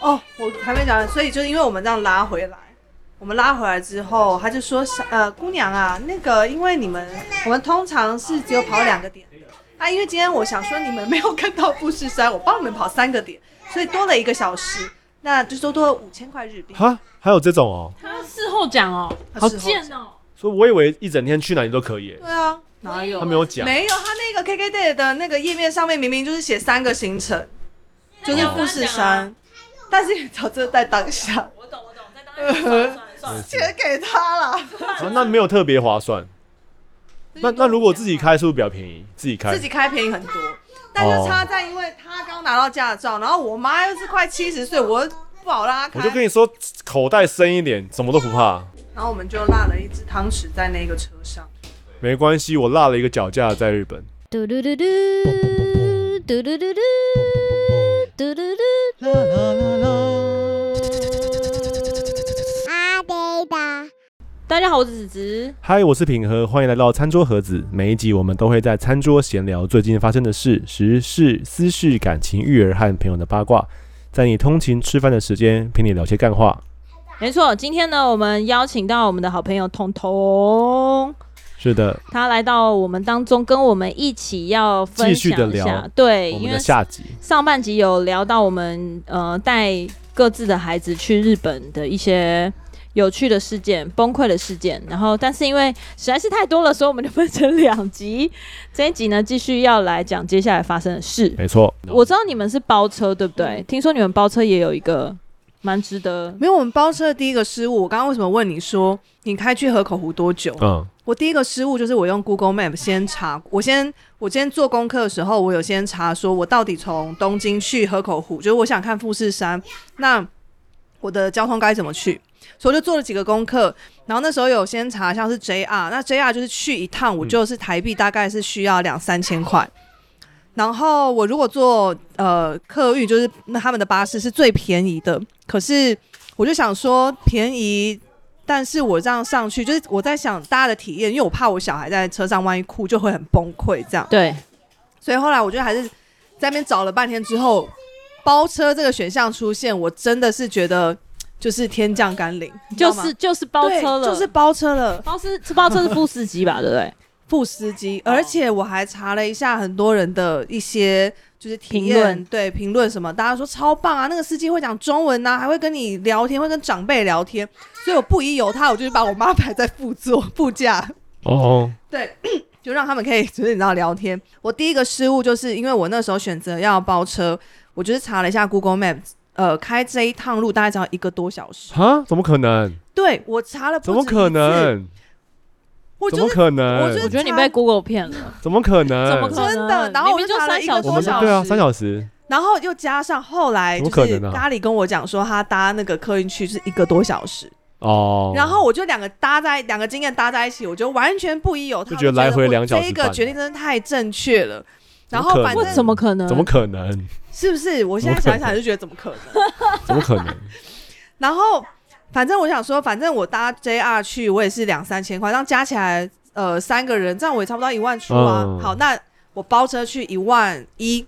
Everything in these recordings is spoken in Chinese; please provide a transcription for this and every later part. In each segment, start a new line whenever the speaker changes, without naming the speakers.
哦，我还没讲，所以就是因为我们这样拉回来，我们拉回来之后，他就说，小呃，姑娘啊，那个，因为你们我们通常是只有跑两个点，啊，因为今天我想说你们没有看到富士山，我帮你们跑三个点，所以多了一个小时，那就多多了五千块日币。
哈，还有这种哦，
他事后讲哦，
他
好
事后
贱哦，
所以我以为一整天去哪里都可以耶，
对啊，
哪有
他没有讲，
没有，他那个 KKday 的那个页面上面明明就是写三个行程，就是富士山，但是早就在当下，
我懂我懂，在当然算了算了算了
嗯
钱给他了，
啊那没有特别划算。那那如果自己开是不是比较便宜？自己开
自己开便宜很多，但是差在因为他刚拿到驾照，然后我妈又是快七十岁，我不好让她
我就
开，
跟你说，口袋深一点，什么都不怕，
然后我们就落了一只汤匙在那个车上。
没关系。我落了一个脚架在日本，
嘟嘟嘟嘟，嘟嘟嘟嘟，嘟嘟嘟。阿呆的。
大家好，我是子子，
嗨，我是品和，欢迎来到餐桌盒子。每一集我们都会在餐桌闲聊最近发生的事、时事、私事、感情、育儿和朋友的八卦，在你通勤吃饭的时间陪你聊些干话。
没错，今天呢，我们邀请到我们的好朋友彤彤，
是的，
他来到我们当中，跟我们一起要分
继续地
享一
聊
下，对，
我
哎因
们
为
的下集
上半集有聊到我们呃带各自的孩子去日本的一些有趣的事件、崩溃的事件，然后但是因为实在是太多了，所以我们就分成两集。这一集呢，继续要来讲接下来发生的事。
没错，
我知道你们是包车，对不对？听说你们包车也有一个蛮值得
没有，我们包车的第一个失误，我刚刚为什么问你说你开去河口湖多久？
嗯，
我第一个失误就是我用 Google Map 先查，我先我今天做功课的时候，我有先查说我到底从东京去河口湖，就是我想看富士山，那我的交通该怎么去？所以我就做了几个功课，然后那时候有先查像是 JR，那 JR 就是去一趟我就是台币大概是需要两三千块，然后我如果坐呃客运，就是那他们的巴士是最便宜的，可是我就想说便宜但是我这样上去，就是我在想大家的体验，因为我怕我小孩在车上万一哭就会很崩溃这样，
对
所以后来我觉得还是在那边找了半天之后，包车这个选项出现，我真的是觉得就是天降甘霖，你知
就
道吗
是就是包车了，
对就是包车了，
包是包车是副司机吧，对不对？
副司机，
哦
而且我还查了一下很多人的一些就是体验
评论
对评论什么，大家说超棒啊，那个司机会讲中文啊呐、还会跟你聊天，会跟长辈聊天，所以我不疑有他，我就是把我妈 摆在副座副驾。
哦，
对， 就让他们可以就是你知道聊天。我第一个失误就是因为我那时候选择要包车，我就是查了一下 Google Map，呃，开这一趟路大概只要一个多小时。
哈，啊怎么可能？
对我查了，
怎么可？能？
我
怎
就
么
是
可
我就
我
是
能？
觉得你被 Google 骗 了。
怎么可能？
怎么可
真
能？
的然后我
啊明明
就
就
查了
三
一
小
个
时，
我
多
们
小时
对啊，三小时，
然后又加上后来
怎么
就
可
是
能啊
咖喱跟我讲说他搭那个客运区是一个多小时，
哦，
然后我就两个搭在两个经验搭在一起，我就完全不一有他，
就觉得来回
我
两小时
这个
半
决定真的太正确了。然
怎
后
么可
反
能
我
正
怎么可能？
怎么可能？
是不是？我现在想一想就觉得怎么可能？
怎么可 能？
然后反正我想说，反正我搭 JR 去，我也是两三千块，这样加起来呃三个人，这样我也差不多一万出啊。
嗯
好，那我包车去一万一，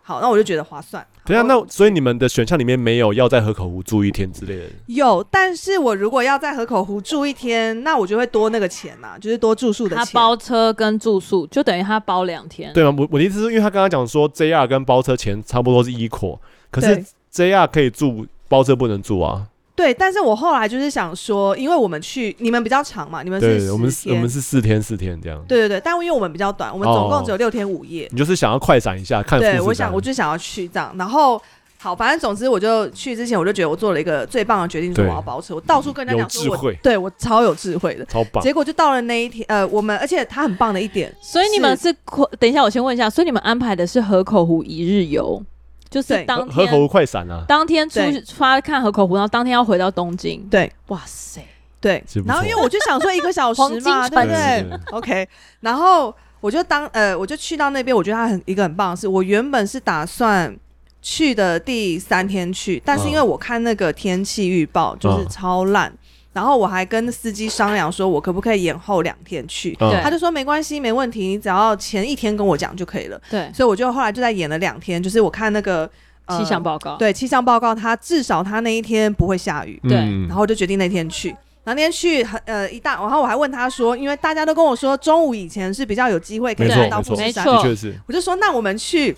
好，那我就觉得划算。
等一下，
好
啊那所以你们的选项里面没有要在河口湖住一天之类的，
有，但是我如果要在河口湖住一天，那我就会多那个钱呐、就是多住宿的
他
钱。
包车跟住宿，就等于他包两天。
对吗？啊我我的意思是因为他刚刚讲说 JR 跟包车钱差不多是 equal，可是
对
JR 可以住，包车不能住啊。
对，但是我后来就是想说，因为我们去你们比较长嘛，你们是
对，我们
10
是我们
天
是四天四天这样。
对对对，但因为我们比较短，我们总
哦
共只有六天五夜。
你就是想要快闪一下，看富士
对，
山。
我想我就想要去这样，然后好，反正总之我就去之前我就觉得我做了一个最棒的决定，说
对
我要包车，我到处跟人家讲
有
说
智
我，
慧，
对我超有智慧的。
超棒。
结果就到了那一天，呃，我们而且他很棒的一点，
所以你们是等一下，我先问一下，所以你们安排的是河口湖一日游，就是
对
河
当
河口
天
湖快闪啊，
当天出
对
发看河口湖，然后当天要回到东京。
对
哇塞，
对
是，不
然后
错
因为我就想说一个小时
黄金
嘛，对
传
不对？OK，然后我就当呃，我就去到那边，我觉得它很一个很棒的是，我原本是打算去的第三天去，但是因为我看那个天气预报就是
嗯
超烂，然后我还跟司机商量说，我可不可以延后两天去。
嗯
对
他就说没关系，没问题，你只要前一天跟我讲就可以了。
对，
所以我就后来就在演了两天，就是我看那个呃
气象报告，
对气象报告，它至少它那一天不会下雨，
对
嗯
然后我就决定那天去。然后那天去很呃一大，然后我还问他说，因为大家都跟我说中午以前是比较有机会可以
没
错
看到富士
没
山
错，
的确是，
我就说那我们去，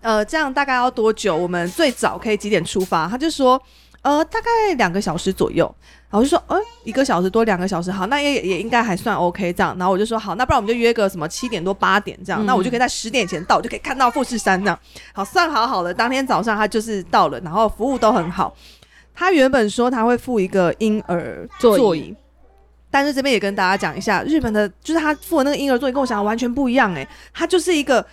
呃，这样大概要多久？我们最早可以几点出发？他就说，呃，大概两个小时左右。然后我就说，呃，一个小时多两个小时，好，那也也也应该还算 OK 这样。然后我就说好，那不然我们就约个什么七点多八点这样，
嗯
那我就可以在十点前到，我就可以看到富士山这样。好，算好好了，当天早上他就是到了，然后服务都很好。他原本说他会付一个婴儿
座椅
座椅但是这边也跟大家讲一下，日本的就是他付的那个婴儿座椅跟我想的完全不一样哎、它就是一个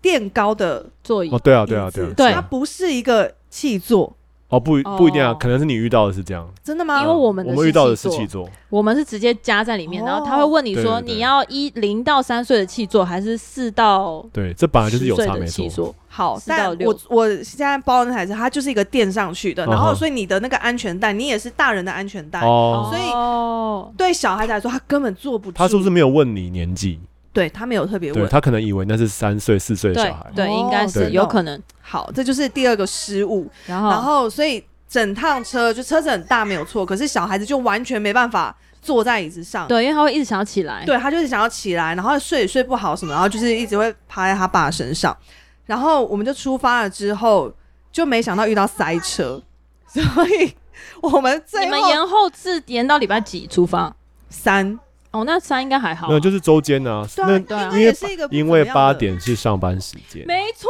垫高的
座椅
哦，对啊，
椅
对啊，对啊
子，
对
它不是一个气座，
哦，不不一定啊，
哦
可能是你遇到的是这样，
真的吗？
因为我们的
我们遇到的
是
是
气
气座，
我们是直接加在里面，
哦
然后他会问你说
对对对
你要一零到三岁的气座还是四到
对，这本来啊就是
10
有
岁
差
的
没
气
错，
座，
好，
四
但
到六
我我现在包的那台车，它就是一个垫上去的，然
嗯
后
哼
所以你的那个安全带，你也是大人的安全带，
哦，
所以
以
对小孩子来说，他根本坐不住。
他是不是没有问你年纪？
对他没有特别
对
问？
他可能以为那是三岁四岁的
对
小孩，
对，
哦
应该是
对
有可能。
好，这就是第二个失误。
然后
然后所以整趟车就车子很大没有错，可是小孩子就完全没办法坐在椅子上。
对，因为他会一直想要起来，
对他就是想要起来，然后睡也睡不好什么，然后就是一直会趴在他爸身上。然后我们就出发了之后，就没想到遇到塞车， 所以我们
你
最
们
后
延后至延到礼拜几出发？
三
哦，那三应该还好啊、
没有就是周间呢，
对
那
啊，
对啊
因为也是一个不
因
怎么
为
样的
八点是上班时间，
没错，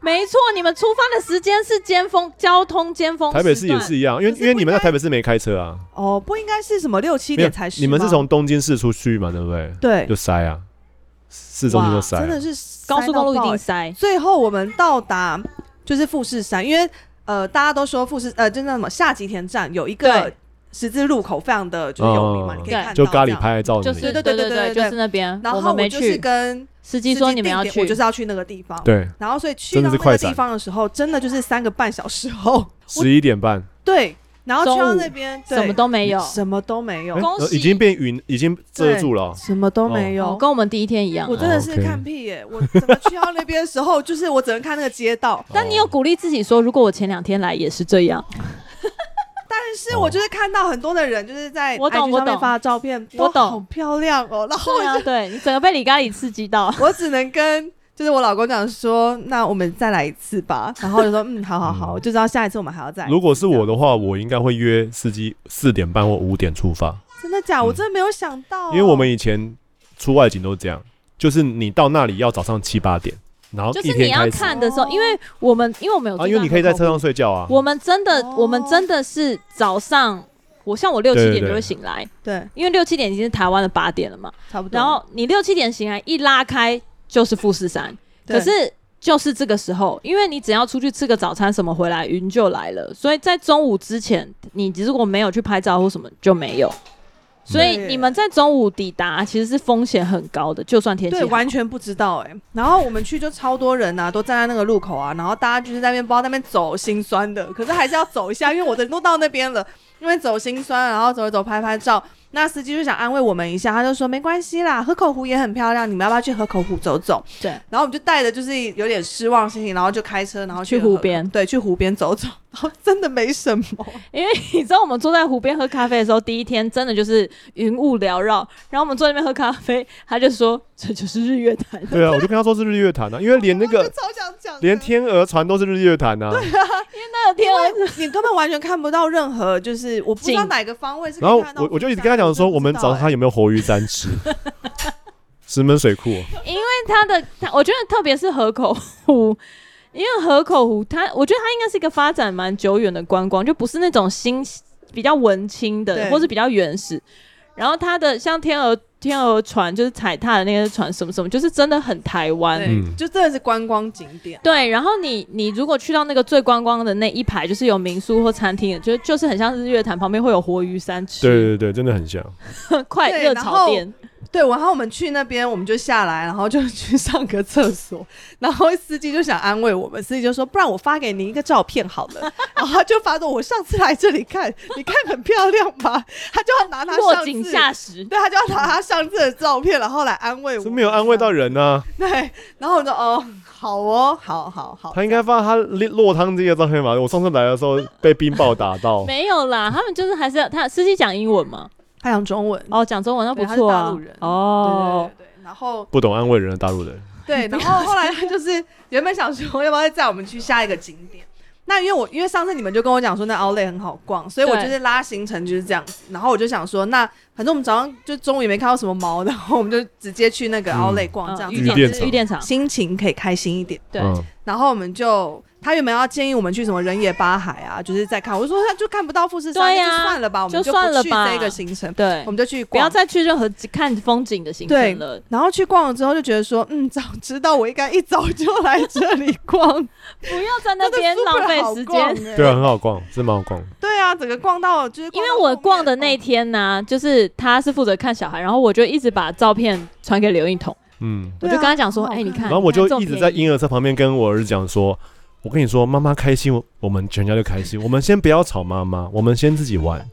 没错，你们出发的时间是尖峰交通尖峰时
台北
段，
市也是一样，因为
可是
因为
不
你们
应
在
该
台北市没开车啊，
哦，不应该是什么六七
没有
点才，是
你们是
吗
从东京市出去嘛，对不对？
对
就塞啊，市中心就塞啊，
真的是塞
高速公路一
到爆
定
欸
塞，
最后我们到达就是富士山，因为呃大家都说富士呃就那什么下吉田站有一个
对
十字路口非常的就是有名嘛，
嗯
你可以看到
就咖
这
喱
样。
拍照那
就
里，
对
是
对
对
对对对
对，就是那边，
然后
们没
就是
去。
跟
司机
司
说你们
定
要
点
去，
我就是要去那个地方。
对，
然后所以去
真
到
的是
那个
快闪
地方的时候，真的就是三个半小时后，
十一点半，
对，然后去
中
到
午
那边对
什么都没有，
什么都没有
诶，
恭
呃
喜
已经变云，已经遮住了哦，
什么都没
哦
有。
跟我们第一天一样
我
啊。
真的是
OK
看屁耶、我怎么去到那边的时候，就是我只能看那个街道，
但你有鼓励自己说，如果我前两天来也是这样，
但是
哦
我就是看到很多的人就是在
我懂
IG
我
上面
懂
发的照片，
我
都
懂
好漂亮哦。然后
对啊，对你整个被李咖喱刺激到，
我只能跟就是我老公讲说，那我们再来一次吧。然后我就说， 嗯，好好好，
嗯
我就知道下一次我们还要再来。
如果是我的话，我应该会约司机四点半或五点出发，
真的假？我
嗯
真的没有想到哦、
因为我们以前出外景都是这样，就是你到那里要早上七八点，然后
就
一
是你
天
要
开始
看的时候，因为我们因为我们有
啊，因为你可以在车上睡觉啊，
我们真的，
哦
我们真的是早上，我像我六七
对对
点就
对
会醒来，
对，
因为六七点已经是台湾的八点了嘛。
差不多。
然后你六七点醒来，一拉开就是富士山，
对
可是就是这个时候，因为你只要出去吃个早餐什么回来，云就来了。所以在中午之前，你如果没有去拍照或什么就没有。所以
对
你们在中午抵达其实是风险很高的，就算天气
对，
好
完全不知道哎、然后我们去就超多人呐、啊，都站在那个路口啊，然后大家就是在那边不知道在那边走，心酸的。可是还是要走一下，因为我的都到那边了，因为走心酸，然后走一走拍拍照。那司机就想安慰我们一下，他就说没关系啦，河口湖也很漂亮，你们要不要去河口湖走走？
对，
然后我们就带着就是有点失望的心情，然后就开车，然后
去
了河
湖边
对， 去湖边走走，然后真的没什么，
因为你知道，我们坐在湖边喝咖啡的时候，第一天真的就是 云雾缭绕。然后我们坐在那边喝咖啡，他就说这就是日月潭。
对啊，我就跟他说是日月潭啊，因为连那
我就
个
超想讲的，
连天鹅船都是日月潭啊，
那天啊，
你根本完全看不到任何，就是我不知道
景
哪个方位是可
然后
以看到
我我就一直跟他讲说，我
真的
们
不知道
早上
欸
他有没有活鱼三吃，石门水库，啊
他的他，我觉得特别是河口湖，因为河口湖它，我觉得它应该是一个发展蛮久远的观光，就不是那种新比较文青的，
对
或是比较原始。然后它的像天鹅天鹅船，就是踩踏的那些船，什么什么，就是真的很台湾。
对，
嗯
就真的是观光景点。
对，然后你你如果去到那个最观光的那一排，就是有民宿或餐厅的，就就是很像日月潭旁边会有活鱼山吃，
对对对，真的很像。
快
对
热
然
炒
后
店，
对，然后我们去那边，我们就下来，然后就 去上个厕所，然后司机就想安慰我们，司机就说：“不然我发给你一个照片好了。”然后他就发给我，我上次来这里看，你看很漂亮吧？他就要拿他
落
上
井
次，
下石。
对，他就要拿他上次的照片，然后来安慰我，
这没有安慰到人啊
对，
呢、
然后我就哦，好哦，好好好，
他应该放他落汤鸡的照片吧？我上次来的时候被冰雹打到，
没有啦，他们就是还是要他司机讲英文嘛，
他讲中文，
哦，讲中文那
对
不
他是
错
大
啊
陆人，
哦，
对对对对，然后
不懂安慰人的大陆人。
对，然后后来他就是原本想说，要不要再载我们去下一个景点？那因为我因为上次你们就跟我讲说那 Outlet 很好逛，所以我
对
就是拉行程就是这样子。然后我就想说，那反正我们早上就中午也没看到什么毛，然后我们就直接去那个
嗯
Outlet 逛，这样
嗯
子、
玉电
玉
厂
电厂，
心情可以开心一点。
对，
嗯
然后我们就他原本要建议我们去什么人野八海啊，就是在看，我就说那就看不到富士山，
对
那
啊
就算了吧，我们
就
就
算
不
了
去
吧
这个行程，
对
我，们就去
不
逛。
要再去任何只看风景的行
对
程了。
然后去逛了之后就觉得说，嗯，早知道我应该一早就来这里逛，
不要在 那边浪费时间。
间
对啊，很好逛，真蛮好逛。
欸对啊，整个逛到就是 到
因
后面，
为我逛的那
哦
天呢、就是他是负责看小孩，然后我就一直把照片传给刘映彤，
嗯，
我
对啊
就跟他讲说：“
很好
哎、
看
你看。”
然后我就
你看
一
这
直
种
在
便宜
婴儿车旁边跟我儿子讲说：“我跟你说，妈妈开心，我我们全家就开心。我们先不要吵妈妈，我们先自己玩。”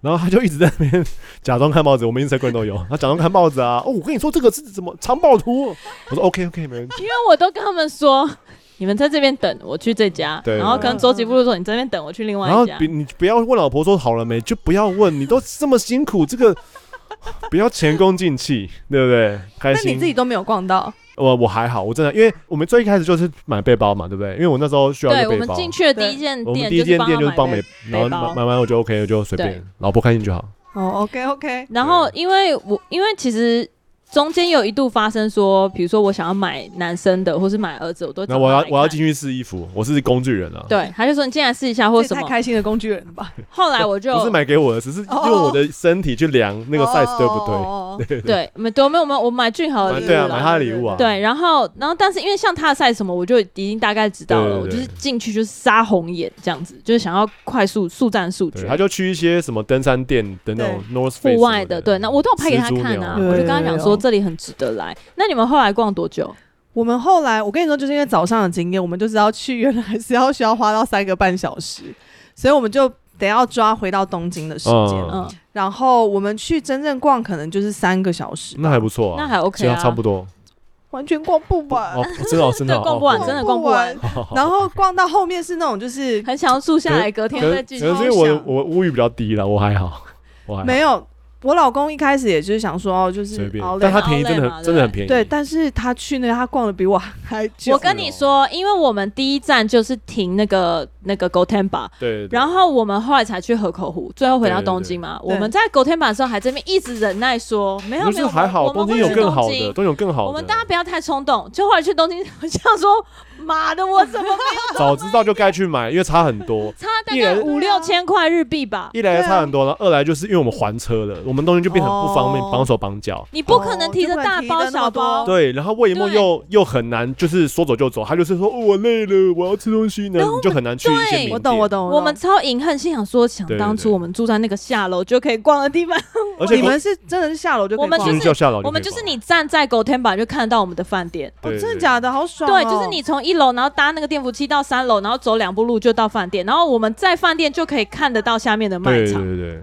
然后他就一直在那边 假装看报纸，我们 Instagram 都有，他假装看报纸啊。哦，我跟你说这个是怎么藏宝图？我说 OK OK 没问题。
因为我都跟他们说， 你们在这边等，我去这家，
对
然后跟周吉
嗯
布路说，你这边等，我去另外
然后
一家。
比你不要问老婆说好了没，就不要问，你都这么辛苦，这个 不要前功尽弃，对不对？开
那
心。
你自己都没有逛到，
我我还好，我真的，因为我们最一开始就是买背包嘛，对不对？因为我那时候需要一
对，
个
我
背
们
包。
进去的第一件
我们
店
第一间
帮
店就是
他
帮
买
美
的。，
然后
背包
买买完我就 OK，就随便
对，
老婆开心就好。
嗯
哦，OK OK，
然后因为我因为其实。中间有一度发生说，比如说我想要买男生的，或是买儿子，我都
那我要我要
进。
进去试衣服，我是工具人啊，
对，他就说你进来试一下或
这
什
也太
么。
开心的工具人了吧？
后 来我就
不是买给我的，只是
哦
用我的身体去量 那个
哦
size 对不
不对？
对，没对，没有没有，我买俊豪的
买
礼物
对啊
啦
买他的礼物啊
对，然后然后但是因为像他的 size 什么，我就已经大概知道了，
对对
我
对
就是进去就是杀红眼这样子，就是想要快速速战速
对？
决
对，。他就去一些什么登山店的那种 North Face
户外
什么
的，对，那我都有拍给他看啊，
蜘蛛
鸟
我就跟他讲
有有有
说这里很值得来。那你们后来逛多久？
我们后来，我跟你说，就是因为早上的经验，我们就知道去原来是要需要花到三个半小时，所以我们就得要抓回到东京的时间。
嗯
嗯，
然后我们去真正逛，可能就是三个小时，
那还不错啊，
那还 OK
这样
啊，
差不多。
完全逛不完。
哦，真的哦真的
对
哦，
逛不
哦
完真的逛不完。
好好好
然后逛到后面是那种就是
很想要住下来，隔
可
天
能
再
可
继
能
续
是因为
好
我
想
我物欲比较低了，我还好，我还好
没有。我老公一开始也就是想说，哦，就是
随便
outlet，
但他便宜真的
outlet 嗯嘛
很真的很便宜。
对，但是他去那个他逛的比我还久。
我跟你说，因为我们第一站就是停那个那个 Gotemba，
对，对
然后我们后来才去河口湖，最后回到东京嘛。
对对对
我们在狗天板的时候还这边一直忍耐说，没有
就
没
是
有，
还好，
我
东京
们会
有
去
更
东
好的，
京
都有更好的。
我们大家不要太冲动，就后来去东京，我想说， 妈的，我怎么没。
早知道就该去买，因为差很多
差大
一人
概五六千块日币吧？
一来差很多，然后二来就是因为我们还车了，我们东西就变得很不方便
哦，
绑手绑脚。
你不可能提着大包小包，
哦
对，然后魏一梦
对
又又很难，就是说走就走，他就是说、哦我累了，我要吃东西呢，
然后
你就很难去一些
对
名
我懂，
店
我。懂，
我们
懂
超隐恨，心想说，想
对对
当初
对
我们住在那个下楼就可以逛的地方，
而且
你们是真的是下楼就可以
我们
逛
就
进
是
去就下楼，
我们就是你站在狗天板就看得到我们的饭店。
哦
对
真的假的？好爽哦！
对，就是你从一楼，然后搭那个电扶梯到三楼，然后走两步路就到饭店，然后我们在饭店就可以看得到下面的卖
对对
场，
对对，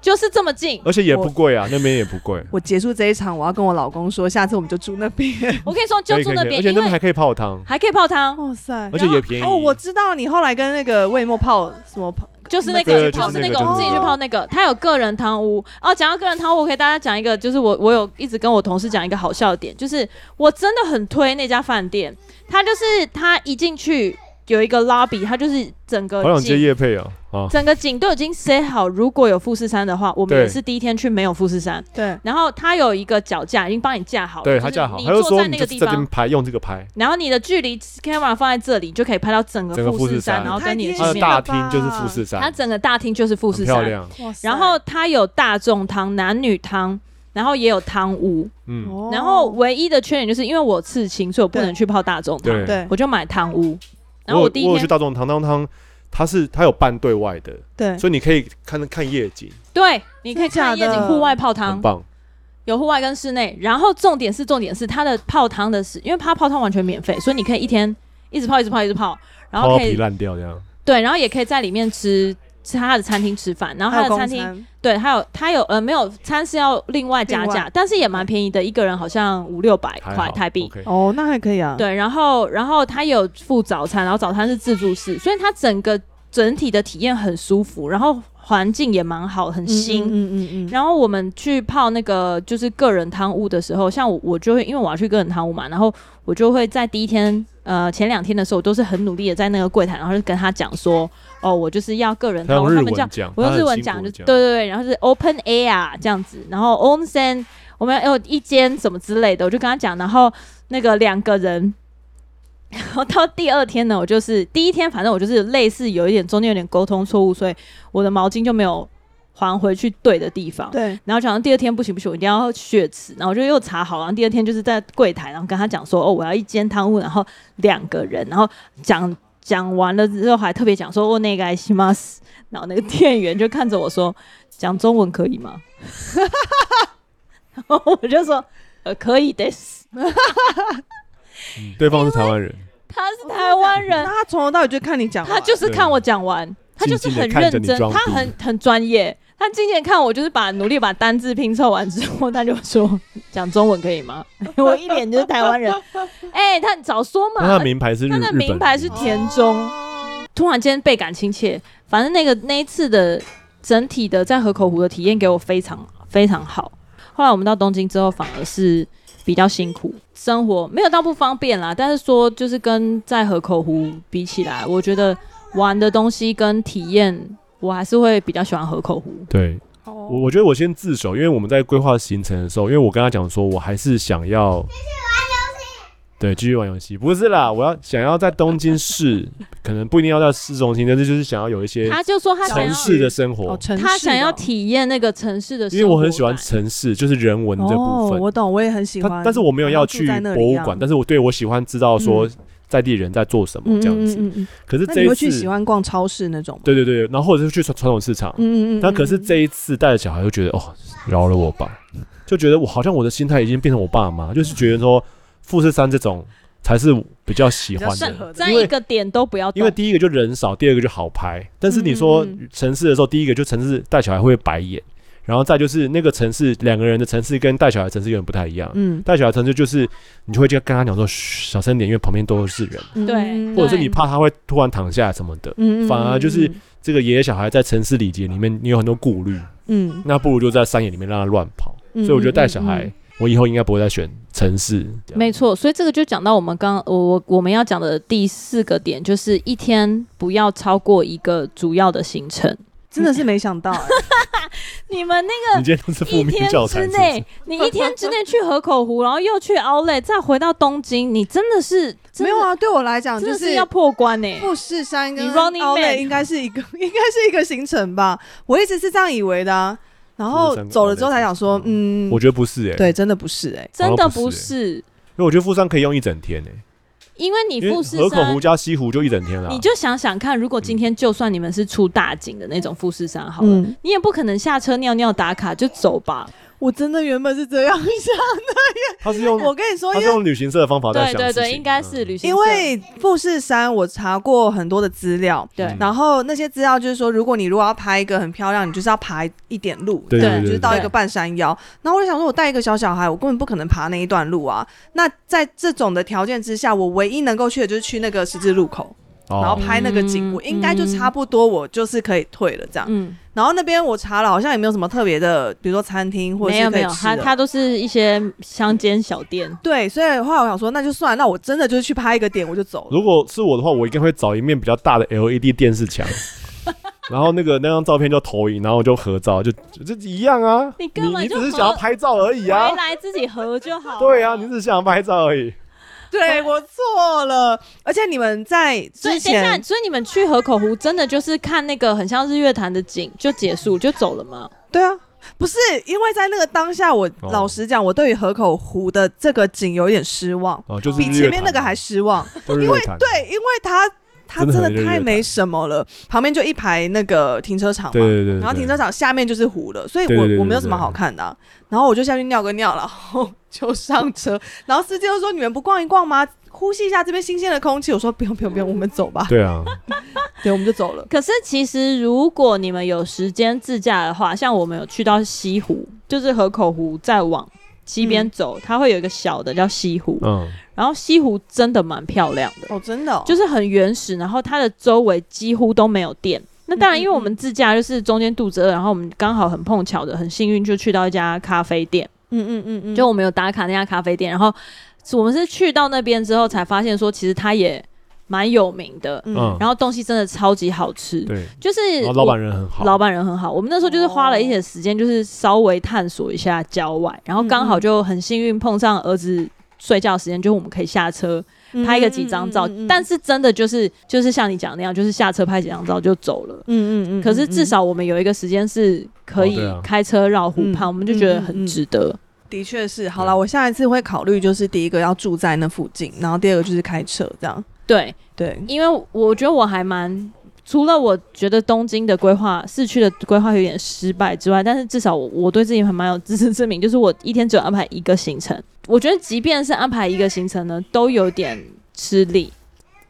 就是这么近。
而且也不贵啊，那边也不贵。
我结束这一场，我要跟我老公说，下次我们就住那边。
我可以说
可
就
以
住
可以
那
可以，
边，
而且那
因
边还
为
可以泡汤，
还可以泡汤，
哇塞！
而且也便宜。
哦，我知道你后来跟那个魏墨泡什么泡，
就是那
对
个，
就是
是
那
那
个
个，我们自己
就是那
去
个
泡那个。它有个人汤屋哦。讲到个人汤屋，我给大家讲一个，就是我我有一直跟我同事讲一个好笑的点，就是我真的很推那家饭店，它就是它一进去有一个 lobby，它就是整个
好想接
景
夜配哦啊！
整个景都已经 set 好，如果有富士山的话，我们
对
也是第一天去没有富士山。
对，
然后它有一个脚架，已经帮你架好了，
对
就是
他架好，
你
他就
坐
说
在那
就
个
在
地
这边
方，
拍，用这个拍。
然后你的距离 camera 放在这里，就可以拍到整个
整个富
士
士山
山，然后跟你的
太贴
它的
前面，
心
大
了
厅就是
吧
富士山，
它整个大厅就是富
很
士
漂
山。
亮。
哇塞
然后它有大众汤、男女汤，然后也有汤屋。
嗯，
哦
然后唯一的缺点就是因为我刺青，所以我不
对
能去泡大众汤，
对。
对
我就买汤屋。然后
我有
第一
我有去
天
大众堂，大众堂它是它有半对外的，
对，
所以你可以看看夜景，
对，你可以看夜
真的假的
景，户外泡
很
汤。
棒。
有户外跟室内，然后重点是重点是它的泡汤的是，因为它泡汤完全免费，所以你可以一天一直泡一直泡一直泡，然
泡
后
到
可以
皮烂掉这样。
对，然后也可以在里面吃吃它的餐厅吃饭，然后
还有
它的
公
餐
餐
厅对，还有它有呃没有餐是要另外加
另
价
外，
但是也蛮便宜的，一个人好像五六百
还
块
好
哎台币。
OK
哦，那还可以啊。，
对，然后然后它也有附早餐，然后早餐是自助式，所以它整个整体的体验很舒服，然后环境也蛮好，很新。
嗯嗯嗯嗯，
然后我们去泡那个就是个人汤屋的时候，像我我就会因为我要去个人汤屋嘛，然后我就会在第一天呃前两天的时候，我都是很努力的在那个柜台，然后就跟他讲说，哦，我就是要个人
他
汤
用
屋，
日
他们叫
文讲，
我
他
用
很
日文
辛苦
讲，
地
就对对对，然后是 open air 这样子，然后 onsen 我们有一间什么之类的，我就跟他讲，然后那个两个人。 然后到第二天呢，我就是第一天，反正我就是类似有一点中间有点沟通错误，所以我的毛巾就没有还回去对的地方。
对，
然后讲到第二天不行不行，我一定要血池，然后我就又查好，然后第二天就是在柜台，然后跟他讲说，哦，我要一间汤屋，然后两个人，然后讲讲完了之后还特别讲说，哦，那个西马斯，然后那个店员就看着我说，讲中文可以吗？ 然后我就说，呃，可以的，
嗯对方是台湾人，
他是台湾人
那，他从头到尾就看你讲完，
他就是看我讲完，他就是很认
静静地看
真
着，你装
他
逼
很很专业。他今年看我就是把努力把单字拼凑完之后，他就说讲中文可以吗？ 我一脸就是台湾人，哎、他早说嘛
那，他的名牌是日
他的
日本
名牌是
人
田中，
哦
突然间倍感亲切。反正那个那一次的整体的在河口湖的体验给我非常非常好。后来我们到东京之后，反而是比较辛苦，生活没有到不方便啦，但是说就是跟在河口湖比起来，我觉得玩的东西跟体验，我还是会比较喜欢河口湖。
对，我
哦，
我觉得我先自首，因为我们在规划行程的时候，因为我跟他讲说，我还是想要对继续玩游戏，不是啦，我要想要在东京市，可能不一定要在市中心，但是就是想要有一些
他就说他想
城
要，
市的生活
哦，城市
他想要
的哦
体验那个城市的生
因
活感，
为我很喜欢城市，就是人文这部
哦，
分。
我懂，我也很喜
他
欢。
但是我没有要去
然后住在那
博
里啊
物
一样
馆，但是我对我喜欢知道说在地人在做什么
嗯
这样
嗯
子。
嗯嗯，
可是
那
这
你
一
会去喜
次，
欢逛超市那种吗？
对对对，然后或者是去传传统市场，
嗯嗯嗯。
那可是
嗯
这一次带着小孩，就觉得哦，饶了我吧，就觉得我好像我的心态已经变成我爸妈，就是觉得说富士山这种才是比较喜欢
比较适合
的
的，
在
因为
一个点都不要动，
因为第一个就人少，第二个就好拍。但是你说
嗯嗯
城市的时候，第一个就城市带小孩会白眼，然后再就是那个城市两个人的城市跟带小孩的城市有点不太一样。
嗯
带小孩的城市就是你就会就跟他讲说嘘小声点，因为旁边都是人，
嗯
对
嗯
或者是你怕他会突然躺下什么的。
嗯嗯
反而就是这个爷爷小孩在城市礼节里面，你有很多顾虑，
嗯，
那不如就在山野里面让他乱跑。
嗯
所以我觉得带小
嗯嗯
孩，我以后应该不会再选城市。这样
没错，所以这个就讲到我们刚我我我们要讲的第四个点，就是一天不要超过一个主要的行程。
真的是没想到欸，
你们
你
那
今天都是
个一
负面
天
教材
之
是不是
内，你一天之内去河口湖，然后又去 Outlet，再回到东京，你真的是
没
真的
有啊？对我来讲，
真
就
的是要破关欸呢、
富士山跟
你 Running Man
奥莱应该是一个， 应该是一个行程吧？我一直是这样以为的啊。然后
富士山跟
走了之后才想说
Outlet，
嗯，
我觉得不是哎、欸，
对，真的不是哎，
真的
好
不
哦像不
是，
因为我觉得富山可以用一整天哎、欸，
因为你
因为
富士
河口
山
湖。加西湖就一整天了。
你就想想看，如果今天就算你们是出大景的那种富士山好了，
嗯，
你也不可能下车尿尿打卡就走吧？
我真的原本是这样想。
他是用
我跟你说，
他
因
是
为
用旅行社的方法在
对
想
对
事
对，
情
应该
嗯
是旅行社。
因为富士山，我查过很多的资料，
对
嗯
然后那些资料就是说，如果你如果要拍一个很漂亮，你就是要爬一点路，
对
对
对
就是
对
到
对，
一个半山腰。然后我就想说，我带一个小小孩，我根本不可能爬那一段路啊。那在这种的条件之下，我唯一能够去的就是去那个十字路口，然后
哦
拍那个景，
嗯
我应该就差不多，我就是可以退了这样。
嗯，
然后那边我查了，好像也没有什么特别的，比如说餐厅或者
没
是
有
可
没
以
有，
吃
它
的。
它都是一些乡间小店。
对，所以后来我想说，那就算了，那我真的就是去拍一个点，我就走了。
如果是我的话，我应该会找一面比较大的 LED 电视墙，然后那个那张照片就投影，然后我就合照，就就就一样啊。
你根
你
本
你
就
只是想要
合
拍照而已啊
回。来自己合就好。
对啊，你只是想要拍照而已。
对我错了，而且你们在
所以
之
现在，
前
所以你们去河口湖真的就是看那个很像日月潭的景就结束就走了吗？
对啊，不是因为在那个当下，我
哦
老实讲，我对于河口湖的这个景有一点失望，
哦，就是
比前面那个还失望。
都是
因为
日坛
对，因为它它
真
真
的
的
很热
太
热
没什么了。旁边就一排那个停车场嘛，
对对对，
然后停车
场
场下面就是湖了，所以我
对对对
我
对
没有什么
对
好看的啊、然后我就下去尿个尿，然后就上车，然后司机就说：“你们不逛一逛吗？呼吸一下这边新鲜的空气。”我说：“不用不用不用，我们走吧。
对啊，
对”我们就走了。
可是其实如果你们有时间自驾的话，像我们有去到西湖，就是河口湖，再往西边
嗯
走，它会有一个小的叫西湖，
嗯，
然后西湖真的蛮漂亮的，
哦，真的、哦，
就是很原始，然后它的周围几乎都没有店。那当然，
嗯
因为我们自驾就是中间肚子饿，然后我们刚好很碰巧的，很幸运就去到一家咖啡店，
嗯嗯嗯嗯，
就我们有打卡那家咖啡店，然后我们是去到那边之后才发现说，其实它也蛮有名的，
嗯
然后东西真的超级好吃，
对，
就是
然后老
我
板人很好，
老板人很好，我们那时候就是花了一些时间，就是稍微探索一下郊外，然后
嗯
刚好就很幸运碰上儿子睡觉时间，就是我们可以下车
嗯
拍个几张照。但
是
是真的就是就是像你讲那样，就是下车拍几张照就走了。
嗯嗯嗯，
可是至少我们有一个时间是可以
哦对啊
开车绕湖
嗯
畔，我们就觉得很值得。
的确是好了，我下一次会考虑，就是第一个要住在那附近，然后第二个就是开车这样。
对，
对，
因为我觉得我还蛮。除了我觉得东京的规划、市区的规划有点失败之外，但是至少我我对自己还蛮有自知之明，就是我一天只有安排一个行程。我觉得即便是安排一个行程呢，都有点吃力。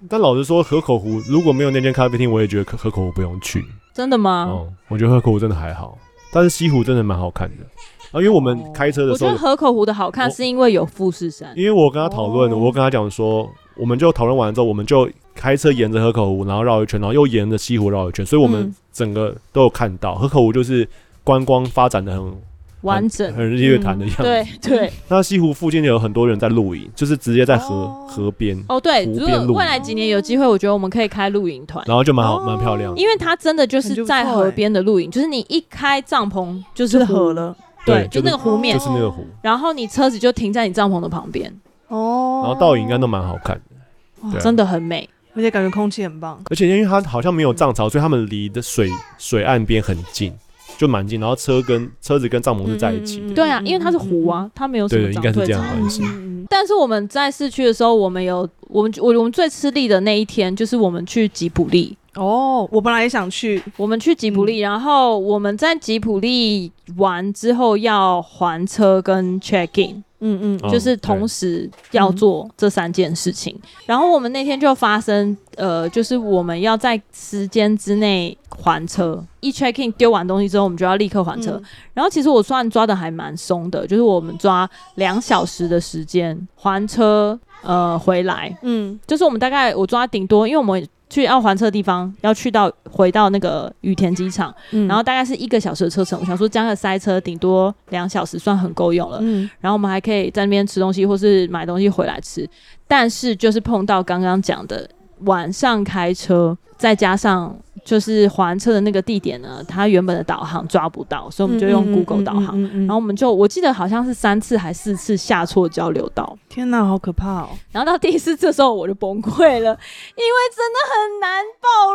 但老实说，河口湖如果没有那间咖啡厅，我也觉得河河口湖不用去。
真的吗？
哦，我觉得河口湖真的还好，但是西湖真的蛮好看的。啊，因为我
哦
们开车的
我
时
觉
候
得，河口湖的好看
我
是因为有富士山。
因为我跟他讨论，
哦
我跟他讲说，我们就讨论完之后，我们就开车沿着河口湖，然后绕一圈，然后又沿着西湖绕一圈，所以我们
嗯
整个都有看到河口湖就是观光发展的很
完整。
很日月潭的样子。
嗯对对
那西湖附近有很多人在露营，就是直接在河、
哦
河边，
哦对，
湖
如
边
果
露
未
营
来几年有机会，我觉得我们可以开露营团，
然后就蛮好
哦
蛮漂亮的。
因为它真的就
感觉
是
不
在
错
河
欸
边的露营，就是你一开帐篷就是
是
河
合，了
对，
就
就那个湖面
就，是那个湖，
然后你车子就停在你帐篷的旁边，
哦，
然后倒影应该都蛮好看的。对啊
真的很美。
而且感觉空气很棒。
而且因为它好像没有涨潮，所以他们离的水水岸边很近，就蛮近。然后车跟车子跟帐篷是在一起的，
嗯
对啊，因为它是湖啊，它没有什么
对应
涨
该是
退
这样
潮
好像是
嗯嗯
但是我们在市区的时候，我们有我们我我们最吃力的那一天就是我们去吉普力，
哦，我本来也想去，
我们去吉普力，然后我们在吉普力玩之后要还车跟 check in，
嗯
哦
嗯，
就是同时要做这三件事情。然后我们那天就发生，呃，就是我们要在时间之内还车，一 check in 丢完东西之后，我们就要立刻还车。
嗯
然后其实我算抓的还蛮松的，就是我们抓两小时的时间还车，呃，回来，
嗯，
就是我们大概我抓顶多，因为我们。去要还车的地方，要去到回到那个羽田机场，
嗯
然后大概是一个小时的车程。我想说，加个塞车，顶多两小时算很够用了。
嗯，
然后我们还可以在那边吃东西，或是买东西回来吃。但是就是碰到刚刚讲的晚上开车，再加上就是还车的那个地点呢，它原本的导航抓不到，所以我们就用 Google 导航。
嗯，嗯嗯嗯嗯
然后我们就我记得好像是三次还四次下错交流道，
天哪，好可怕哦！
然后到第四次的时候我就崩溃了，因为真的很难 暴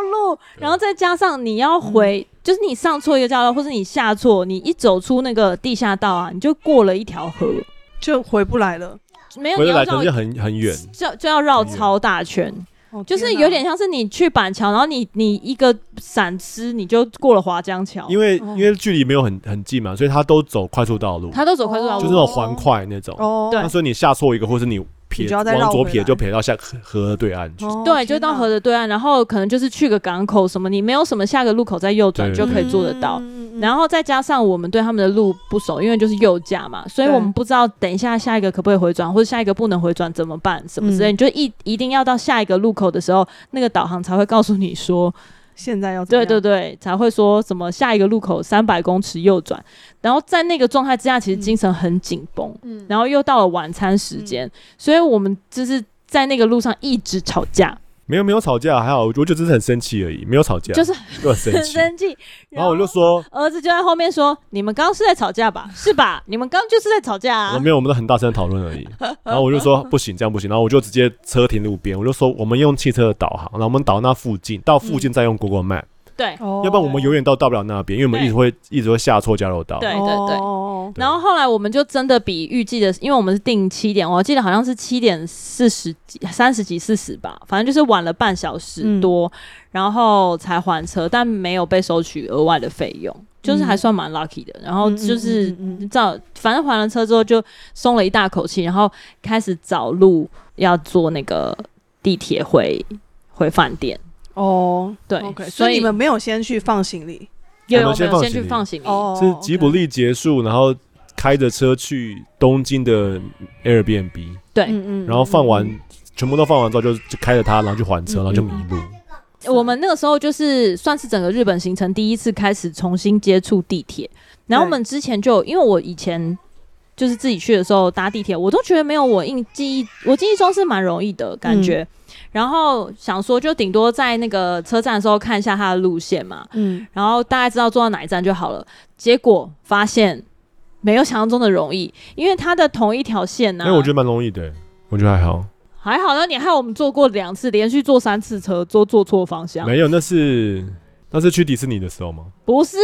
露，然后再加上你要回，
嗯
就是你上错一个交流道，或是你下错，你一走出那个地下道啊，你就过了一条河，
就回不来了，
没有
回
你要
来可
绕
能就很很远。
就就
哎
要绕超大圈，
哦
就是
天哪
有点像是你去板桥，然后你你一个闪失，你就过了华江桥，
因
为
为
哦
因为距离没有很很近嘛，所以他都走快速道路，
他都走快速道
就
路，
是那种环快那种。
哦，
对
那所以你下错一个，或是你
你
撇
就要再绕
往左
回
撇，
来
就撇到下河河的对岸去。
哦
对，就到河的对岸，然后可能就是去个港口什么，你没有什么下个路口再右转
对
就
对
可以做得到。。
嗯
然后再加上我们对他们的路不熟，因为就是右驾嘛，所以
对
我们不知道等一下下一个可不可以回转，或者下一个不能回转怎么办，什么之类，
嗯
你就一一定要到下一个路口的时候，那个导航才会告诉你说
现在要怎么
对
样
对对，才会说什么下一个路口三百公尺右转，然后在那个状态之下，其实精神很紧绷，
嗯
然后又到了晚餐时间，所以我们就是在那个路上一直吵架，
没有没有吵架，还好，我觉得只是很生气而已，没有吵架，
就是
就很生
很
气。
生气。
然后我就说，
儿子就在后面说：“你们刚刚是在吵架吧？是吧？你们刚刚就是在吵架
我说
啊
没有，我们都很大声地讨论而已。 然后我就说不行，这样不行。然后我就直接车停路边，我就说我们用汽车的导航，然后我们导那附近，到附近再用 Google Map，、
对
哦
要不然我们永远到到不了那边，因为我们一直会一直会下错交流道。
对对对
哦
然后后来我们就真的比预计的，因为我们是定七点，我记得好像是七点四十几、三十几、四十吧，反正就是晚了半小时多，然后才还车，但没有被收取额外的费用，就是还算蛮 lucky 的。然后就是
嗯嗯嗯嗯
照，反正还了车之后就松了一大口气，然后开始找路要坐那个地铁回回饭店。
哦，
对
o k
所
所
以
以你们没有先去放行李
有
我
有
们先
有
放
先去
行李
放行李，
哦，
是吉卜力结束，然后开着车去东京的 Airbnb，
对
OK，。嗯嗯
然后放完、全部都放完之后就，就开着它，然后去还车，然
嗯
后就迷路。
我们那个时候就是算是整个日本行程第一次开始重新接触地铁，然后我们之前就因为我以前就是自己去的时候搭地铁，我都觉得没有我印记忆，我记忆中是蛮容易的感觉。然后想说，就顶多在那个车站的时候看一下它的路线嘛，
嗯
然后大概知道坐到哪一站就好了。结果发现没有想象中的容易，因为它的同一条线呢、
哎、我觉得蛮容易的，我觉得还好。
还好，那你害我们坐过两次，连续坐三次车，都坐错方向。
没有，那是那是去迪士尼的时候吗？
不是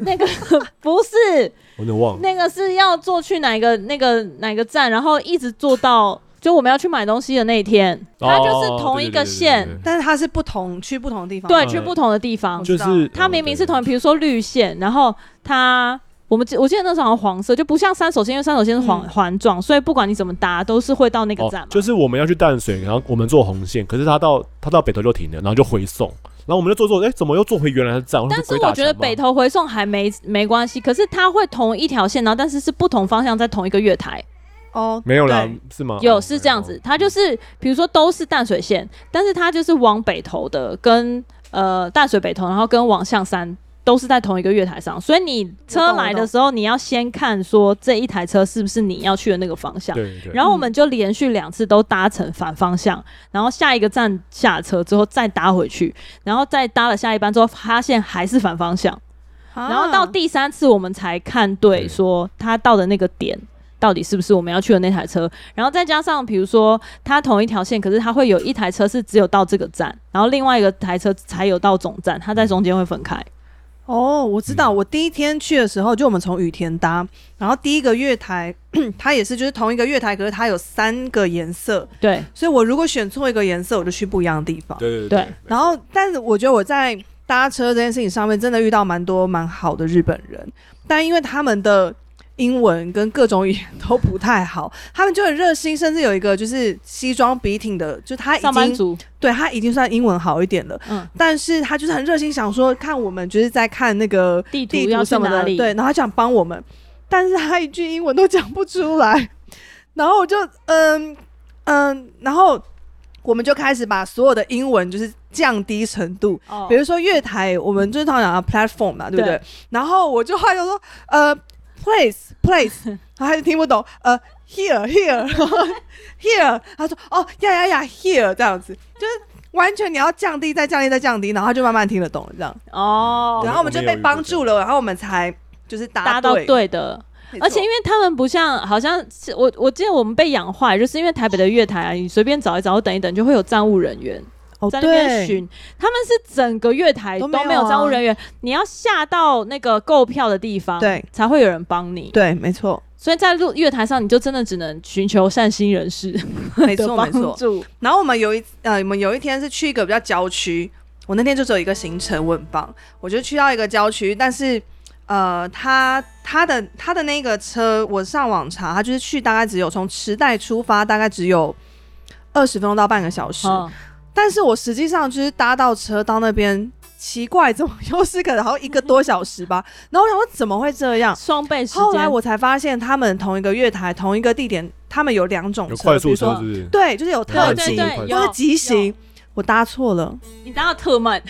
那个， 不是
我有点忘了。
那个是要坐去哪个那个哪个站，然后一直坐到就我们要去买东西的那一天，它就是
哦
同一个线，
对对对对对
但是它是不同去不同的地方，
对，哦
嗯
去不同的地方
我。
就
知道
是哦
它明明是同，比如说绿线，然后它我们记我记得那时候好像黄色，就不像三手线，因为三手线是环
嗯
环状，所以不管你怎么搭，都是会到那个站
哦
嘛，。
就是我们要去淡水，然后我们坐红线，可是他到他到北投就停了，然后就回送，然后我们就坐坐，哎、怎么又坐回原来的站？
但是
鬼打
我觉得
墙吗
北投回送还没没关系，可是它会同一条线，然后但是是不同方向，在同一个月台。
哦，
没有啦
对，
是吗？
有
哦
是这样子
哦，
它就是比如说都是淡水线，但是它就是往北投的，跟呃淡水北投，然后跟往象山都是在同一个月台上，所以你车来的时候，你要先看说这一台车是不是你要去的那个方向。
对对对。
然后我们就连续两次都搭乘反方向，然后下一个站下车之后再搭回去，然后再搭了下一班之后发现还是反方向，然后到
啊
第三次我们才看对，
对
说他到的那个点到底是不是我们要去的那台车，然后再加上比如说它同一条线，可是它会有一台车是只有到这个站，然后另外一个台车才有到总站，它在中间会分开。
哦，我知道，
嗯
我第一天去的时候，就我们从羽田搭，然后第一个月台 它也是就是同一个月台，可是它有三个颜色，
对
所以我如果选错一个颜色，我就去不一样的地方。
对对
对，
然后，但是我觉得我在搭车这件事情上面，真的遇到蛮多蛮好的日本人，但因为他们的英文跟各种语言都不太好，他们就很热心，甚至有一个就是西装笔挺的，就他已
上班
经
族，
对他已经算英文好一点了，
嗯，
但是他就是很热心，想说看我们就是在看那个
地图
地
要
图
去
什么
哪
的，
里？
对，然后他就想帮我们，但是他一句英文都讲不出来，然后我就嗯嗯，然后我们就开始把所有的英文就是降低程度，
哦，
比如说月台，我们就是常讲的 platform 嘛，对不对？
对
然后我就后来就说，呃，place place，然后 他就听不懂，呃，here here 然后 here，他说哦呀呀呀 here 这样子，就是完全你要降低再降低再降低，然后他就慢慢听得懂了这样。
哦
对
然后我们就被帮助了，然后我们才就是答
搭到
对，
对的。
没错
而且因为他们不像，好像是我我记得我们被养坏，就是因为台北的月台啊，你随便找一找，等一等就会有站务人员
哦
在那边巡。他们是整个月台都
都没有啊
没有站务人员，你要下到那个购票的地方，
对，
才会有人帮你。
对，没错，
所以在路月台上，你就真的只能寻求善心人士
没
的
错，没
帮
错。
助。
然后我们有一呃，我们有一天是去一个比较郊区，我那天就只有一个行程，我很棒，我就去到一个郊区，但是呃，他他的他的那个车，我上网查，他就是去大概只有从池袋出发，大概只有二十分钟到半个小时，
嗯，
但是我实际上就是搭到车到那边。奇怪，怎么 又是个然后一个多小时吧？然后我想说怎么会这样？
双倍时间。
后来我才发现，他们同一个月台、同一个地点，他们有两种
有
车，
快
比
速
如说
车是不是？
对，就是有特
对
慢
急
速
对对，
快速
都
有
是急行，，我搭错了，
有你搭到特慢，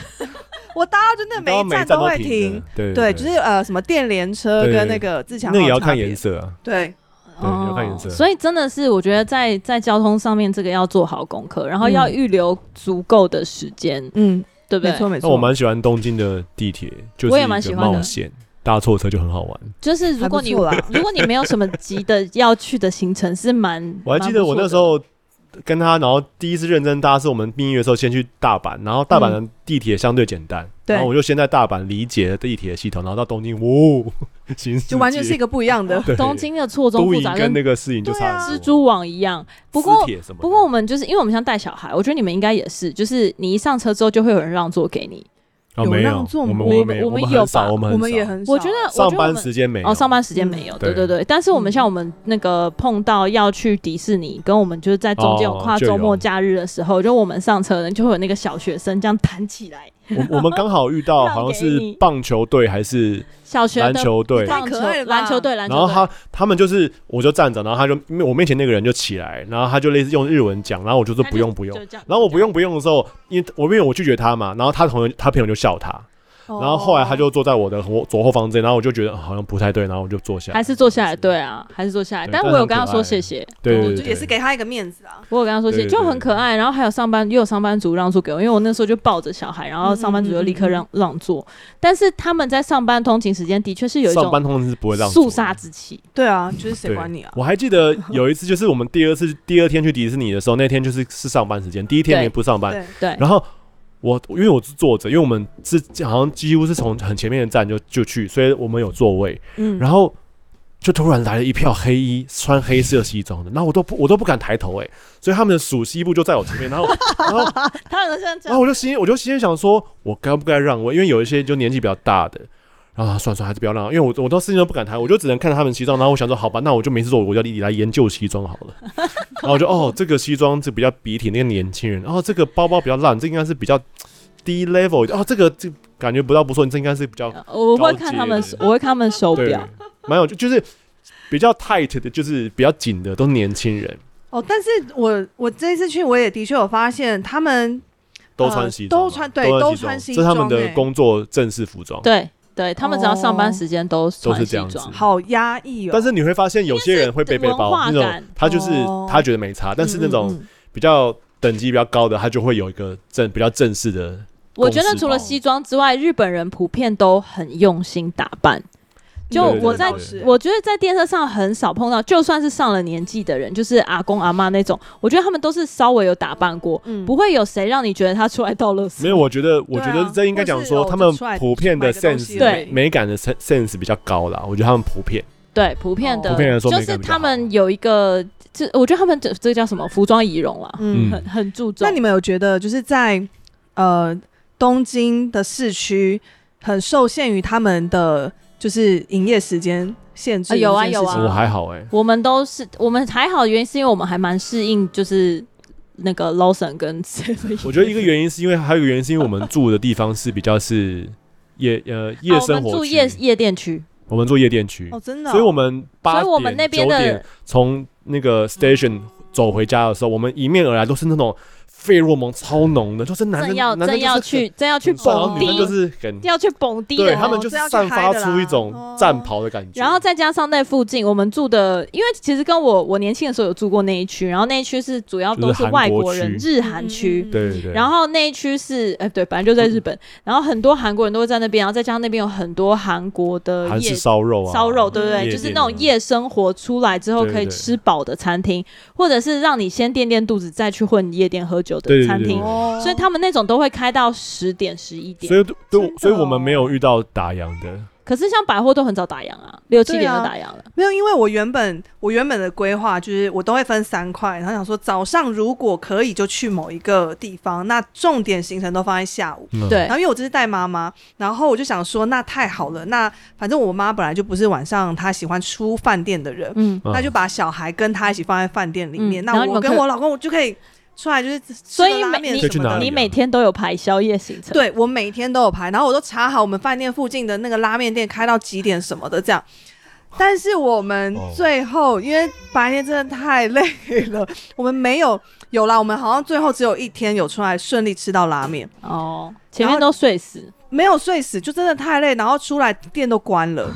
我搭到真的每
到
一
每
站
站
会
停
停
的。，对
对，就是呃什么电联车
对
跟那个自强
那
号
也要
差
看
别
颜。色啊。
对，
对要看颜
哦
色
所以真的是，我觉得在在交通上面，这个要做好功课，然后要
嗯
预留足够的时间，
嗯，
对不
没错
对？
没
那
错。
我蛮喜欢东京的地铁，就是
我也
一
蛮
个
喜欢的
冒险，搭错车就很好玩。
就是如果你
还不错啦
如果你没有什么急的要去的行程，是蛮
我还记得我那时，
蛮
候跟他，然后第一次认真搭是我们蜜月的时候，先去大阪，然后大阪的地铁相对简单，
嗯对
然后我就先在大阪理解了地铁系统，然后到东京，哇，新世界
就完全是一个不一样的。
对
东京的错综
都
复
营
杂，
跟
跟啊
那个事情就差很
蜘
多，
蛛网一样。不
磁
过
铁什么的
不过我们就是因为我们像带小孩，我觉得你们应该也是，就是你一上车之后就会有人让座给你。
哦
有
没
让
有，
座
我们
吗
我
我
没有，
我们
们
有
很少，
吧
我们
我们
少
也很少，
我觉得我
上
觉得我
班
们
时间没有嗯
哦，上班时间没有，
对
对对对。但是我们像我们那个碰到要去迪士尼，跟我们就是在中间有
哦
跨
就
周末
有
假日的时候，就我们上车人就会有那个小学生这样弹起来，
我我们刚好遇 到
让
好像
给
是
你
棒球队还是
小学
篮
的
球队，
棒
太
球
可爱了吧
篮球队篮球
然
队，
后他他们就是我就站着，然后他就因为我面前那个人就起来，然后他就类似用日文讲，然后我就说
他
不
就
用不用
就，这样
然后我不用不用的时候，因为我因为我拒绝他嘛，然后他朋友他朋友就笑他，
哦
然后后来他就坐在我的左左后方这，然后我就觉得、嗯好像不太对，然后我就坐下，
还是坐下来，对啊，还是坐下来。
对
但
但
我有
很
跟他
可
说
爱
谢谢，
对
我
对
就
对，
也是给他一个面子啊。
我有跟他说谢谢，
对对
就很可爱。然后还有上班，也有上班族让座给我，因为我那时候就抱着小孩，然后上班族就立刻
嗯
让让座。但是他们在上班通勤时间的确是有一
上班
种
通常是不会让座
肃
的
杀之气，
对啊，就是谁
对
管你啊？
我还记得有一次，就是我们第二次第二天去迪士尼的时候，那天就是是上班时间，第一天
对
没不上班，
对，
对，
然后我因为我是坐着，因为我们是好像几乎是从很前面的站就就去，所以我们有座位。
嗯，
然后就突然来了一票黑衣穿黑色西装的，然后我都不我都不敢抬头哎、所以他们的属西部就在我前面，然后 然后
他们这样
然后我就心我就心里想说，我该不该让位？因为有一些就年纪比较大的。然后算了算了，还是不要让，因为我我到事情都不敢抬，我就只能看着他们西装，然后我想说，好吧，那我就每次做我就来来研究西装好 了。然后我就哦，这个西装这比较笔挺那个年轻人，然、后这个包包比较烂，这应该是比较低 level，哦，这个这感觉不到不错，你这应该是比较
我会看
高阶
他们
的，
我会看他们手
对
表。，
蛮有趣，就是比较 tight 的，就是比较紧的，都是年轻人，
哦，但是我我这一次去，我也的确有发现他们
都
呃
穿西装嘛、
都穿对都穿西
这是他们
装
的
欸
工作正式服装。
对对，他们只要上班时间都
哦都
穿
是
西
这样子
装，
好压抑哦。
但是你会发现，有些人会背背包
文化
那种
感，
他就是
哦嗯
他觉得没差，但是那种比较等级比较高的，他就会有一个正比较正式的。
我觉得除了西装之外，日本人普遍都很用心打扮。就
对对
我
对
在
对对
我觉得在电车上很少碰到，就算是上了年纪的人，就是阿公阿妈那种，我觉得他们都是稍微有打扮过，
嗯
不会有谁让你觉得他出来倒垃圾。
没有，我觉得我
对啊
觉得这应该讲说，
或是
他
哦
们
就出来
普遍的
买个东西
sense
而已
美美感的 sen- sense 比较高啦。我觉得他们普遍
对，普遍的，
普遍
来说
就
美感
是
比较
他们有一个，这我觉得他们这这叫什么服装仪容啦，
嗯，
嗯
很很注重。
那你们有觉得就是在呃东京的市区很受限于他们的就是营业时间限制
啊
这件事情？
有啊有啊
我还好哎、
我们都是我们还好，原因是因为我们还蛮适应，就是那个 Lawson 跟 Seven。
我觉得一个原因是因为还有一个原因是因为我们住的地方是比较是夜呃夜
哦
生
我们
活
住
区，
夜夜店区，
我们住夜店区，
哦，真的哦，
所以我们八
所以我
点
们那
九
边
点
的
从那个 station 走回家的时候，我们迎面而来都是那种费洛蒙超浓的，就是男
正
生
要
男生
正要
就是很
去正要去
很帅然后
蹦
女
迪
生，就是很
要去蹦迪
对
的
他们
哦
哦。
就
这
是
要去
散发
嗨的啦
出一种
哦
战袍的感觉，
然后再加上那附近，我们住的，因为其实跟我我年轻的时候有住过那一区，然后那一区是主要都
就是
是
韩
外
国
国人，
区
日韩区。
嗯
对对对，
然后那一区是，哎、对，反正就在日本。然后很多韩国人都会在那边，然后再加上那边有很多韩国的
韩
夜
式烧肉啊，
烧肉，对不
夜
对？
店
就是那种夜生活出来之后
对对
可以
对
吃饱的餐厅，或者是让你先垫垫肚子再去混夜店喝酒
对对
的
对
餐
对
厅。
对
哦
所以他们那种都会开到十点、十一点
所。以
真的
对对，
哦
所以我们没有遇到打烊的，
可是像百货都很早打烊啊，六七
对
点
啊
就打烊了。
没有，因为我原本我原本的规划就是我都会分三块，然后想说早上如果可以就去某一个地方，那重点行程都放在下午。
嗯，
对
然后因为我这是带妈妈，然后我就想说那太好了，那反正我妈本来就不是晚上她喜欢出饭店的人，
嗯，
嗯
那就把小孩跟她一起放在饭店里面，
嗯然
那
后你
我
们
跟
可以
我老公我就可以出来就是吃
所以
个拉
每
面
你
就
什
去
么
哪
的
里。啊
你每天都有排宵夜行程。，
对我每天都有排，然后我都查好我们饭店附近的那个拉面店开到几点什么的这样。但是我们
哦
最后、因为白天真的太累了，我们没有有啦，我们好像最后只有一天有出来顺利吃到拉面，
哦，前面都睡死。
没有睡死，就真的太累，然后出来店都关 了，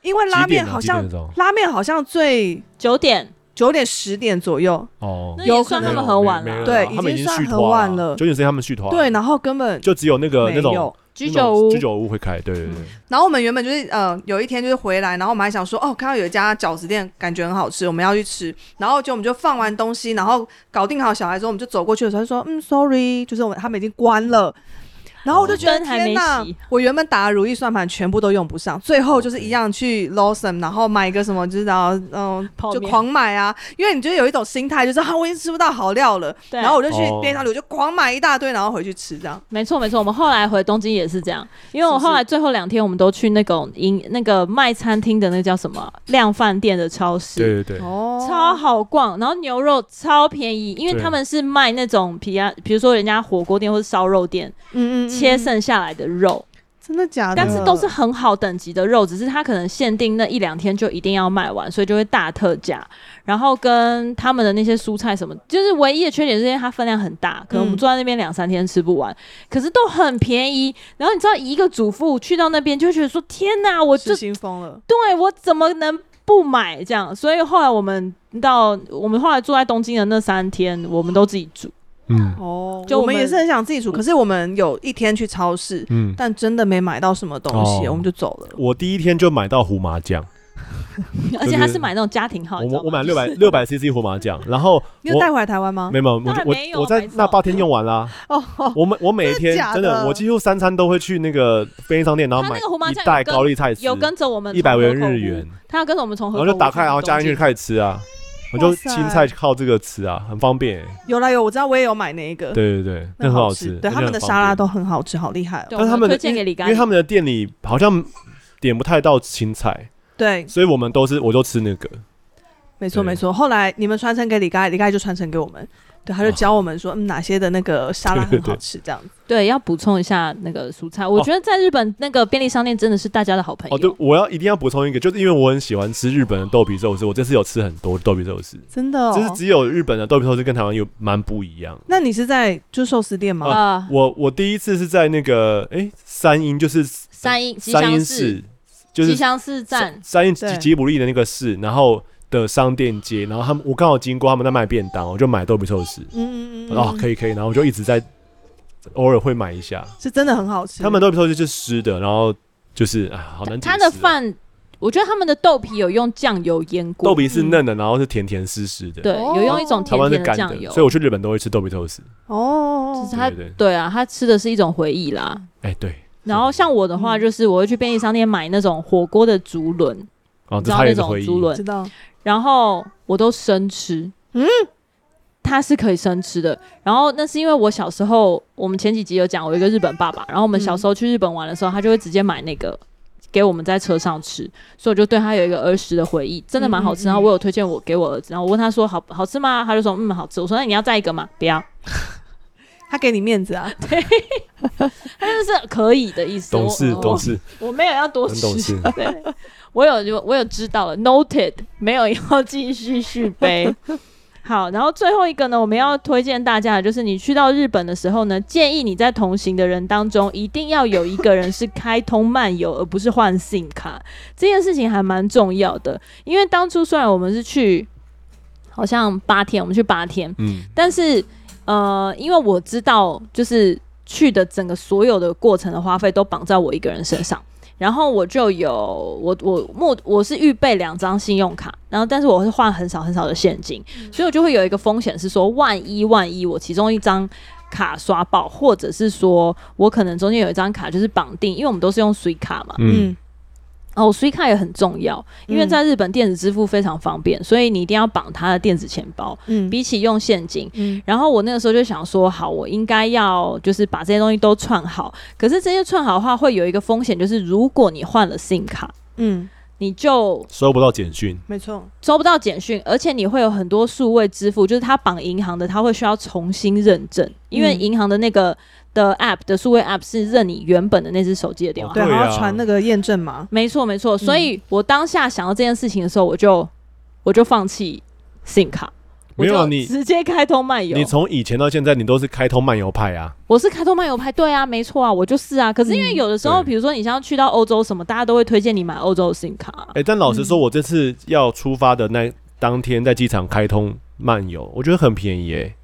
因为拉
几点
面
啊
好
几点
像
的时候
拉面好像最
九点，
九点十点左右，
哦
那
有
也
可
算
能
他们很晚
没有
了。
没有
对
他们
已
已
经
经
算
续
很
团
晚了
九点时间他们续团，
对，然后根本
就只有那个
没
那种
有
居酒屋
居酒屋会开，对
嗯
对对，
然后我们原本就是呃，有一天就是回来，然后我们还想说，哦，看到有一家饺子店，感觉很好吃，我们要去吃。然后就我们就放完东西，然后搞定好小孩之后，我们就走过去的时候，他就说，嗯，sorry，就是我们他们已经关了。然后我就觉得
哦灯还没
天哪
洗！
我原本打的如意算盘全部都用不上，最后就是一样去 Lawson，然后买一个什么，就是然后嗯
泡，
就
面
狂买啊，因为你就有一种心态，就是啊，我已经吃不到好料了，
对
然后我就去
哦
便当里，我就狂买一大堆，然后回去吃这样。
没错没错，我们后来回东京也是这样，因为我
是不是
后来最后两天我们都去那种营那个卖餐厅的那个叫什么啊量饭店的超市。
对对对，
哦
超好逛，然后牛肉超便宜，因为
对
他们是卖那种皮啊，比如说人家火锅店或是烧肉店
嗯嗯嗯
切剩下来的肉，
真的假的？
但是都
嗯
是很好等级的肉，只是它可能限定那一两天就一定要卖完，所以就会大特价。然后跟他们的那些蔬菜什么，就是唯一的缺点是因为它分量很大，可能我们
嗯
坐在那边两三天吃不完，可是都很便宜。然后你知道，一个主妇去到那边就会觉得说：“天哪，我这
失心疯了。
对我怎么能不买这样？”所以后来我们到我们后来住在东京的那三天，我们都自己煮。
嗯
哦，
就
我
我
们嗯
们
也是很想自己煮，可是我们有一天去超市，
嗯，
但真的没买到什么东西，
哦
我们就走了。
我第一天就买到胡麻酱，
而且他是买那种家庭号，
我
你知道吗
我买 六百六百 CC 胡麻酱，然后
你有
我
带回来台湾吗？
没有，我
哦当然
我
没有啊
我在
白
那
送
八天用完啦。
哦，
我每我每一
真的
天
假的
真的，我几乎三餐都会去那个便利商店，然后
他
买
那个胡麻
一
酱有
袋
跟
高丽菜丝，
有跟着我们
一百
从
元
河
日
口湖
元，
他要跟着我们从河
然后就
口湖
打开，然后加进去
东京
开始吃啊。我就
哇塞
青菜靠这个吃啊，很方便欸。
有啦有，我知道我也有买那一
呃
个，
对对对，
那
很好
吃。
吃。
对，
而且
他们
很
的
方
沙拉
便
都很好吃，好厉害哦。
对
但是他们
我
的
推荐给李
因
刚，
为他们的店里好像点不太到青菜，
对，
所以我们都是我就吃那个。
没错
对
没错。后来你们传承给李盖，李盖就传承给我们，对，他就
哦
教我们说，嗯，哪些的那个沙拉
对
很
对
好吃，这样 子。
对要补充一下那个蔬菜。我觉得在日本那个便利商店真的是大家的好朋友。
哦，对，我要一定要补充一个，就是因为我很喜欢吃日本的豆皮寿司，我这次有吃很多豆皮寿司，
真的
就是
哦。
只有日本的豆皮寿司跟台湾有蛮不一样。
那你是在就寿司店吗？
啊，
我我第一次是在那个诶三鹰，就是
三英吉
三
祥
鹰
寺，
市，就是
吉祥寺站
三，三鹰
对
吉吉卜力的那个市，然后的商店街，然后他们我刚好经过他们在卖便当，我就买豆皮寿司，
嗯嗯嗯，
然后
嗯
哦可以可以，然后我就一直在偶尔会买一下。
嗯
是真的很好吃。
他们豆皮寿司是湿的，然后就是啊，好难解
他
释。
的饭，我觉得他们的豆皮有用酱油腌过，
豆皮是嫩的，然后是甜甜湿湿的。
对，
哦
有用一种
台
甜
湾是
甜
干
酱
的，
油。
所以我去日本都会吃豆皮寿司。
哦
就是，他
对对
对啊，他吃的是一种回忆啦。
哎，对，
然后像我的话，
嗯
就是我会去便利商店买那种火锅的竹轮，
哦，
你知
这
道
它也
那
是
种
回忆。
竹
知
轮，
道。
然后我都生吃，
嗯
嗯，它是可以生吃的。然后那是因为我小时候，我们前几集有讲，我有一个日本爸爸，然后我
嗯
们小时候去日本玩的时候，他就会直接买那个给我们在车上吃，所以我就对他有一个儿时的回忆，真的蛮好
嗯
吃。
嗯嗯
然后我有推荐我给我儿子，然后我问他说好好吃吗？他就说嗯好吃。我说那你要再一个吗？不要，
他给你面子啊，
他就是可以的意 思。
懂事
我
懂，事，
我我没有要多
很懂
吃。
事。
对，我有我有知道了，noted，没有要继续续杯。好，然后最后一个呢，我们要推荐大家的就是，你去到日本的时候呢，建议你在同行的人当中，一定要有一个人是开通漫游，而不是换 SIM 卡，这件事情还蛮重要的。因为当初虽然我们是去，好像八天，我们去八天，
嗯，
但是呃，因为我知道就是去的整个所有的过程的花费都绑在我一个人身上，然后我就有我我目我是预备两张信用卡，然后但是我是换很少很少的现金，所以我就会有一个风险是说，万一万一我其中一张。卡刷爆，或者是说我可能中间有一张卡就是绑定，因为我们都是用 s u i 卡嘛，
嗯，
哦 s u i 卡也很重要，因为
嗯
在日本电子支付非常方便，所以你一定要绑它的电子钱包，
嗯
比起用现金，
嗯
然后我那个时候就想说，好，我应该要就是把这些东西都串好。可是这些串好的话，会有一个风险，就是如果你换了 SIM 卡，
嗯，
你就
收不到简讯，
没错，
收不到简讯，而且你会有很多数位支付，就是它绑银行的，它会需要重新认证，因为
嗯
银行的那个的 app 的数位 app 是认你原本的那只手机的电话。
哦对，嗯
对啊
还要传那个验证码。
没错，没错。所以我当下想到这件事情的时候，我就我就放弃 SIM 卡，我
没有啊
就
你
直接开通漫游。
你从以前到现在，你都是开通漫游派啊。
我是开通漫游派，对啊，没错啊，我就是啊。可是因为
嗯
有的时候，
对
比如说你像去到欧洲什么，大家都会推荐你买欧洲的 SIM 卡啊、
哎、但老实说，
嗯
我这次要出发的那当天在机场开通漫游，我觉得很便宜哎、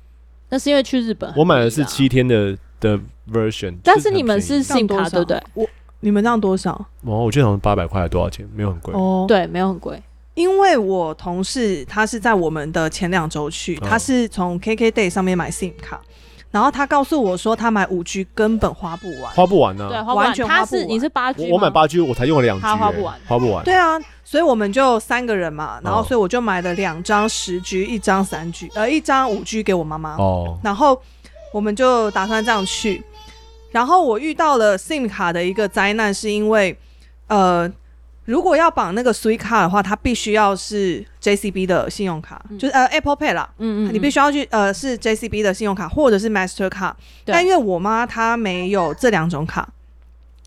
那是因为去日本很便宜啊、
我买的是七天的的 version，
但
就是很
你们
便宜
是信
多
卡
少
对不对？
我你们让多少？
哦，我记得好像八百块还多少钱，没有很贵。
哦，
对，没有很贵。
因为我同事他是在我们的前两周去，
哦
他是从 KKday 上面买 SIM 卡，然后他告诉我说他买五 G 根本花不完。
花不完
对，
呢。
花不
完
完
全
他
花不
是你
完
是八 G，
我我买八 G，我才用了两 G，
他花
欸
不完
花不完。
对啊，所以我们就三个人嘛，然后
哦
所以我就买了两张十 G，一张三 G，呃，一张五 G 给我妈妈。
哦，
然后我们就打算这样去。然后我遇到了 SIM 卡的一个灾难，是因为呃，如果要绑那个 s w i c 卡的话，它必须要是 JCB 的信用卡，
嗯
就是呃 Apple Pay 啦，
嗯嗯，
你必
须
须要去呃是 JCB 的信用卡或者是 Master 卡。
对
但因为我妈她没有这两种卡。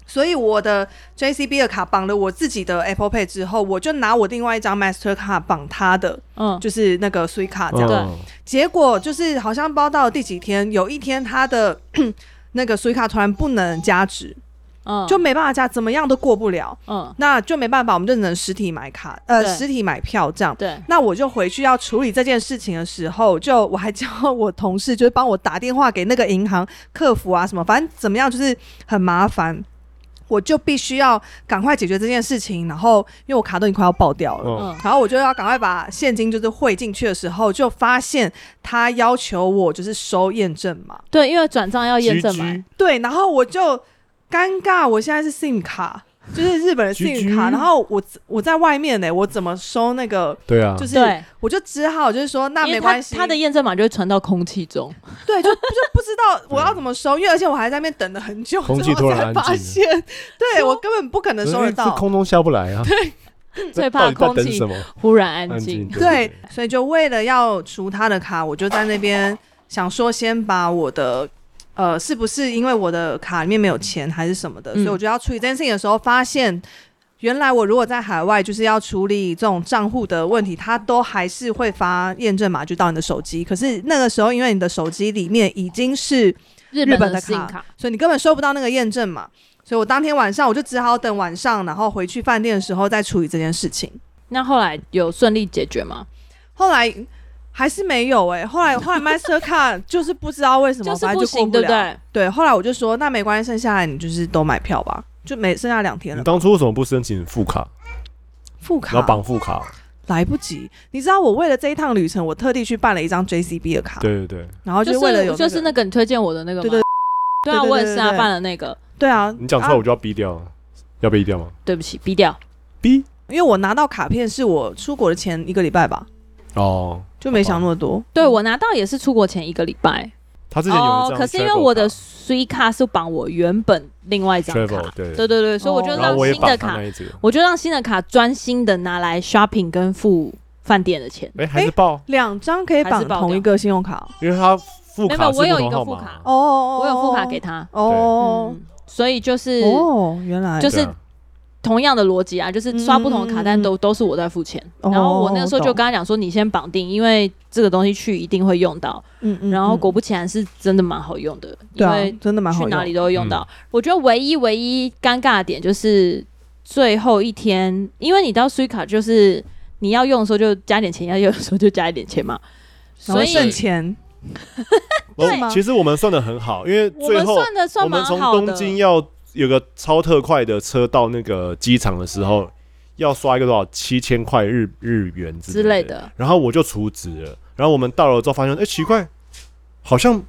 所以我的 JCB 的卡绑了我自己的 Apple Pay 之后，我就拿我另外一张 Master 卡绑她的，
嗯
就是那个 s w i c 卡这样。
对
嗯
结果就是好像包到了第几天，有一天他的 那个水卡突然不能加值，
嗯
就没办法加，怎么样都过不了，
嗯
那就没办法，我们就只能实体买卡，呃，
对
实体买票这样。
对
那我就回去要处理这件事情的时候，就我还叫我同事就是帮我打电话给那个银行客服啊什么，反正怎么样就是很麻烦，我就必须要赶快解决这件事情。然后因为我卡都已经快要爆掉了，
嗯，
嗯
然后我就要赶快把现金就是汇进去的时候，就发现他要求我就是收验证码，
对，因为转账要验证
GG
嘛，
对，然后我就尴尬，我现在是 SIM 卡，就是日 本的 SIM 卡，
GG
然后我我在外面呢、我怎么收那个？
对啊，
就是
对，
我就只好就是说，那
因为
没
它
关系，
它的验证码就会传到空气中，
对，就就不知道我要怎么收，因为而且我还在那边等了很久，
空气
之后
突然
才
安
发
静
现，对我根本不可能
因
收
为
得
这
到。
空中下不来啊。
最怕
到底在
空
等
气
什么？
忽然安
安静
静。
对，所以就为了要除他的卡，我就在那边想说，先把我的呃，是不是因为我的卡里面没有钱还是什么的，
嗯
所以我就要处理这件事情的时候，发现原来我如果在海外就是要处理这种账户的问题，它都还是会发验证码就到你的手机，可是那个时候因为你的手机里面已经是，
日
日本
本
的
的信
卡
卡，
所以你根本收不到那个验证码。所以我当天晚上我就只好等晚上，然后回去饭店的时候再处理这件事情。
那后来有顺利解决吗？
后来还是没有哎、后来后来 Master Card 就是不知道为什么，
就是
反正
不
就过
行，
不
对不
了。
对？
对，后来我就说那没关系，剩下来你就是都买票吧，就没剩下两天
你
了。
当初为什么不申请副卡，
副
然
卡
后绑副卡？
来不及，你知道我为了这一趟旅程，我特地去办了一张 JCB 的卡，
对对对，
然后
就是
为了有个、
就是那个你推荐我的那个吗？
对对
对
对
啊，
对对
我也是啊，
对对
办了那个，
对啊，
你讲出来我就要逼掉了，要逼掉吗？
对不起，逼掉。
逼
因为我拿到卡片是我出国的前一个礼拜吧，
哦，
就没想那么多。
对我拿到也是出国前一个礼拜哦
他嗯之前有一张
可是因
travel
为我的
卡
C 卡是绑我原本另外一张卡
travel，对
对对对，所以我就
哦
然
让
后我也
新
绑
的
他
卡
那，一只，
我就让新的卡专心的拿来 shopping 跟付饭店的钱。
哎，还是报，
两张可以
还
绑
是爆
同一个信用卡哦
因为他副
没
卡
有
是
我有
不同
一个
号
副
码
卡
啊
哦哦，
我有副卡给他，
哦
嗯，所以就是
哦，原来
就
对
是
啊
同样的逻辑啊，就是刷不同的卡，
嗯
但都都是我在付钱。
哦
然后我那个时候就
懂
跟他讲说，你先绑定，因为这个东西去一定会用到。
嗯嗯，
然后
嗯
果不其然是真的蛮好用的，
对
因
啊
为，
真的蛮好
去
用
哪
的
里都会用到。
嗯
我觉得唯一唯一尴尬的点就是最后一天，因为你到 s u i c a 就是你要用的时候就加点钱，要用的时候就加一点钱嘛，
然
所
后
以
剩钱，
哦
对
其实我们算的很好，因为
我
最
们
后
算的
我
算蛮
们从
好的
东。京要有个超特快的车到那个机场的时
嗯
候，要刷一个多少七千块日日元
之类
类
的，
然后我就储值了，然后我们到了之后发现，哎，奇怪，好像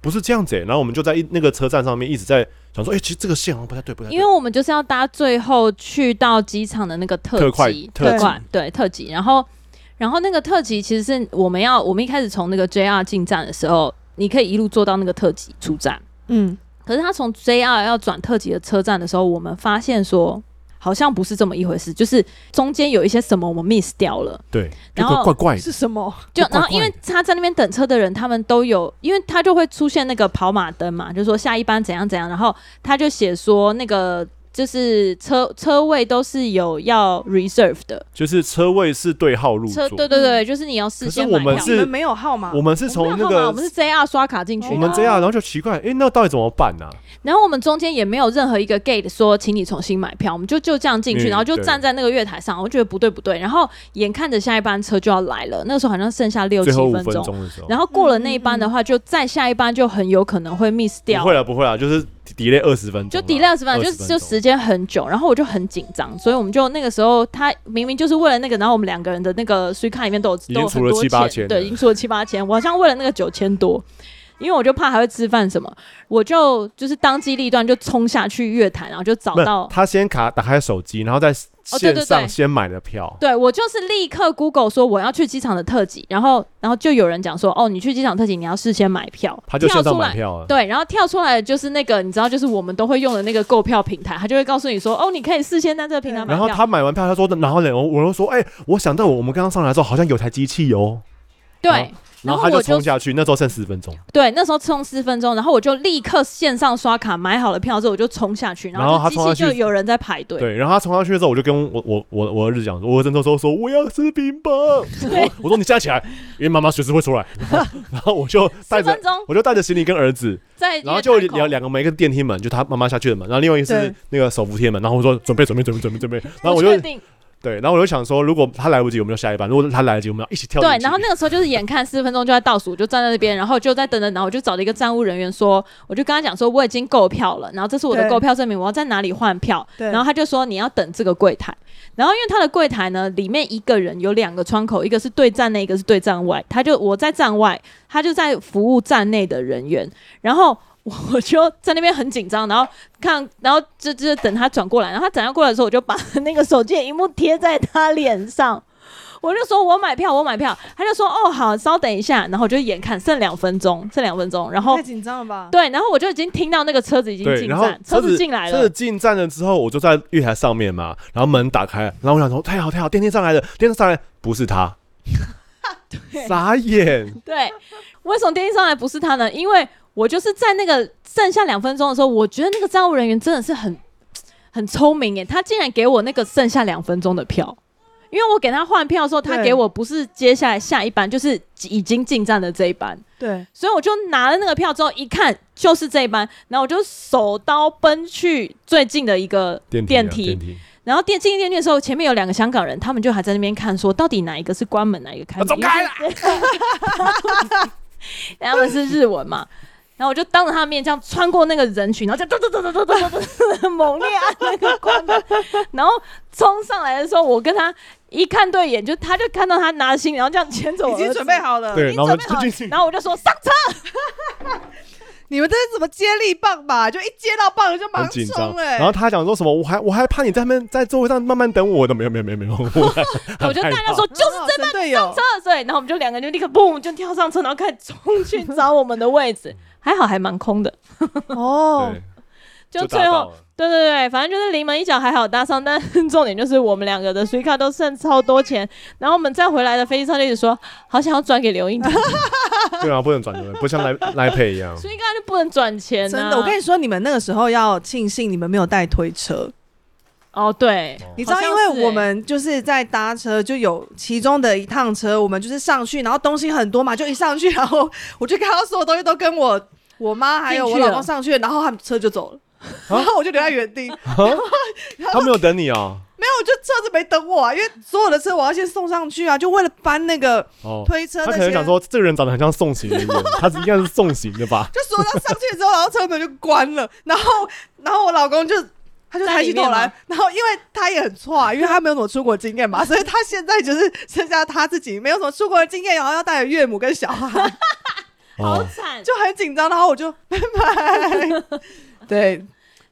不是这样子哎，然后我们就在一那个车站上面一直在想说，哎，其实这个线好像不太对，不太对，
因为我们就是要搭最后去到机场的那个特
特快
急，
特
急
特快对特急，然后然后那个特急其实是我们要我们一开始从那个 JR 进站的时候，你可以一路坐到那个特急出站，
嗯，
可是他从 JR 要转特急的车站的时候，我们发现说好像不是这么一回事，就是中间有一些什么我们 miss 掉了。
对，这
然后
个怪怪的，
是什么？
就
怪怪
然后因为
的
他在那边等车的人，他们都有，因为他就会出现那个跑马灯嘛，就说下一班怎样怎样，然后他就写说那个就是车车位都是有要 reserve 的，
就是车位是对号入座
车，对对对，就是你要事先
可
买
是我们
票。
是
你们没有号码，
我们是
我
从
们没
那
有号码
个
我们是啊 JR 刷卡进去的，
我们这样，然后就奇怪，诶，那到底怎么办呢、啊？
然后我们中间也没有任何一个 gate 说请你重新买票，我们就就这样进去，
嗯
然后就站在那个月台上，我觉得不对不对，然后眼看着下一班车就要来了，那个时候好像剩下六七
最后五
分
分
钟，
钟的时候，
然后过了那一班的话，就再下一班就很有可能会 miss 掉
不会。了，不会了，就是 delay 二十分钟
就
啦，
delay 二十分钟，啊
20
就就时间很久，然后我就很紧张，所以我们就那个时候，他明明就是为了那个，然后我们两个人的那个税卡里面都有
经
都有很
出了
多
七八千了
对，已经出了七八千，我好像为了那个九千多，因为我就怕还会吃饭什么，我就就是当机立断就冲下去乐坛，然后就找
没有
到，
他先卡打开手机，然后在
哦对
线
对对
上先买的票，
对我就是立刻 Google 说我要去机场的特辑，然后然后就有人讲说，哦，你去机场特辑你要事先买票，
他就
跳
线上
出来
买票了。
对，然后跳出来的就是那个，你知道，就是我们都会用的那个购票平台，他就会告诉你说，哦，你可以事先在这个平台买
然后
票。
他买完票，他说，然后呢，我我又说，哎、我想到我我们刚刚上来的时候，好像有台机器哦，
对
然
然
后
后
他就
我就
冲下去，那时候剩十分钟，
对，那时候冲四分钟，然后我就立刻线上刷卡买好了票之后，我就冲下去，
然后
后
他
就机
冲
器
上去
就有人在排队。
对，然后他冲上去的时候，我就跟我我我我儿子讲，我儿子那时候说我要吃冰 棒，我我说你站起来，因为妈妈随时会出来，然后我就带
四
着
分钟
我就带着行李跟儿子，
在
然后就
月台口
两两个门，一个是电梯门，就他妈妈下去的门，然后另外一个是
对
那个手扶梯的门，然后我说准备准备准备准备准备，然后
不
我就
确定
对，然后我就想说，如果他来不及，我们就下一班；如果他来得及，我们要一起跳进去。
对，然后那个时候就是眼看四分钟就在倒数，就站在那边，然后就在等等，然后我就找了一个站务人员说，我就跟他讲说我已经购票了，然后这是我的
对
购票证明，我要在哪里换票，
对
然后他就说你要等这个柜台，然后因为他的柜台呢里面一个人有两个窗口，一个是对站内，一个是对站外，他就我在站外，他就在服务站内的人员，然后。我就在那边很紧张，然后看，然后就就等他转过来，然后他转过来的时候，我就把那个手机的荧幕贴在他脸上，我就说我买票，我买票，他就说哦好，稍等一下，然后我就眼看剩两分钟，剩两分钟，然后
太紧张了吧？
对，然后我就已经听到那个车子已经
对，
进
然后
站，车
子
进来
车子
了，
进站了之后，我就在月台上面嘛，然后门打开，然后我想说太好太好，电梯上来了，电梯上来不是 他，傻眼，
对，为什么电梯上来不是他呢？因为我就是在那个剩下两分钟的时候，我觉得那个站务人员真的是很很聪明耶，他竟然给我那个剩下两分钟的票。因为我给他换票的时候，他
对
给我不是接下来下一班，就是已经进站的这一班，
对，
所以我就拿了那个票之后一看，就是这一班，然后我就手刀奔去最近的一个
电
电
梯啊电梯，
然后电进电梯的时候，前面有两个香港人，他们就还在那边看，说到底哪一个是关门，哪一个开
啊
门？
走开啦
因为是！然后他们是日文嘛，然后我就当着他的面这样穿过那个人群，然后就嘟嘟嘟嘟嘟嘟嘟嘟猛烈按那个关门，然后冲上来的时候，我跟他一看对眼，就他就看到他拿行李，然后这样牵着我，
已经准备，好了。
对，
已
然
经
后我
呃准
们
备好
就进去
了，然后我就说上车。
你们这是怎么接力棒吧？就一接到棒就
很
忙
紧张，
冲哎、
然后他讲说什么，我还我还怕你在那边在座位上慢慢等我的，没有没有没有没有，我还
我就
很害
大
怕
家说就是这
这班队友
上，车，所以然后我们就两个人就立刻嘣就跳上车，然后开始冲去找我们的位置，还好还蛮空的，
哦，
对
就
搭
最
到
后
了
对对对，反正就是临门一脚还好搭上，但重点就是我们两个的 s u i c a 都剩超多钱，然后我们再回来的飞机上就一直说好想要转给刘英台 s
对啊，不能转的，不像来来配一样，
u i c a 就不能转钱、啊，
真的，我跟你说，你们那个时候要庆幸你们没有带推车，
哦对，
你知道，
好像
因
是欸
为我们就是在搭车，就有其中的一趟车，我们就是上去，然后东西很多嘛，就一上去，然后我就看到所有东西都跟我我妈还有
进
我
去了
老公上去，然后他们车就走了，
啊
然后 我就留在原地，没
他没有等你哦，
有，就车子没等我啊，因为所有的车我要先送上去啊，就为了搬那个
哦，
推车
他
那
可能
些，
想说这个人长得很像送行的人，他应该是送行的吧？
就所有人上去之后，然后车门就关了， 然后然后我老公就。他就抬起头
在里面
来
吗，
然后因为他也很错啊，因为他没有什么出国经验嘛， 所以他现在就是 剩下他自己没有什么出国的经验，然后要带着岳母跟小孩，
好
哦，
惨，
就很紧张。然后我就拜拜， 对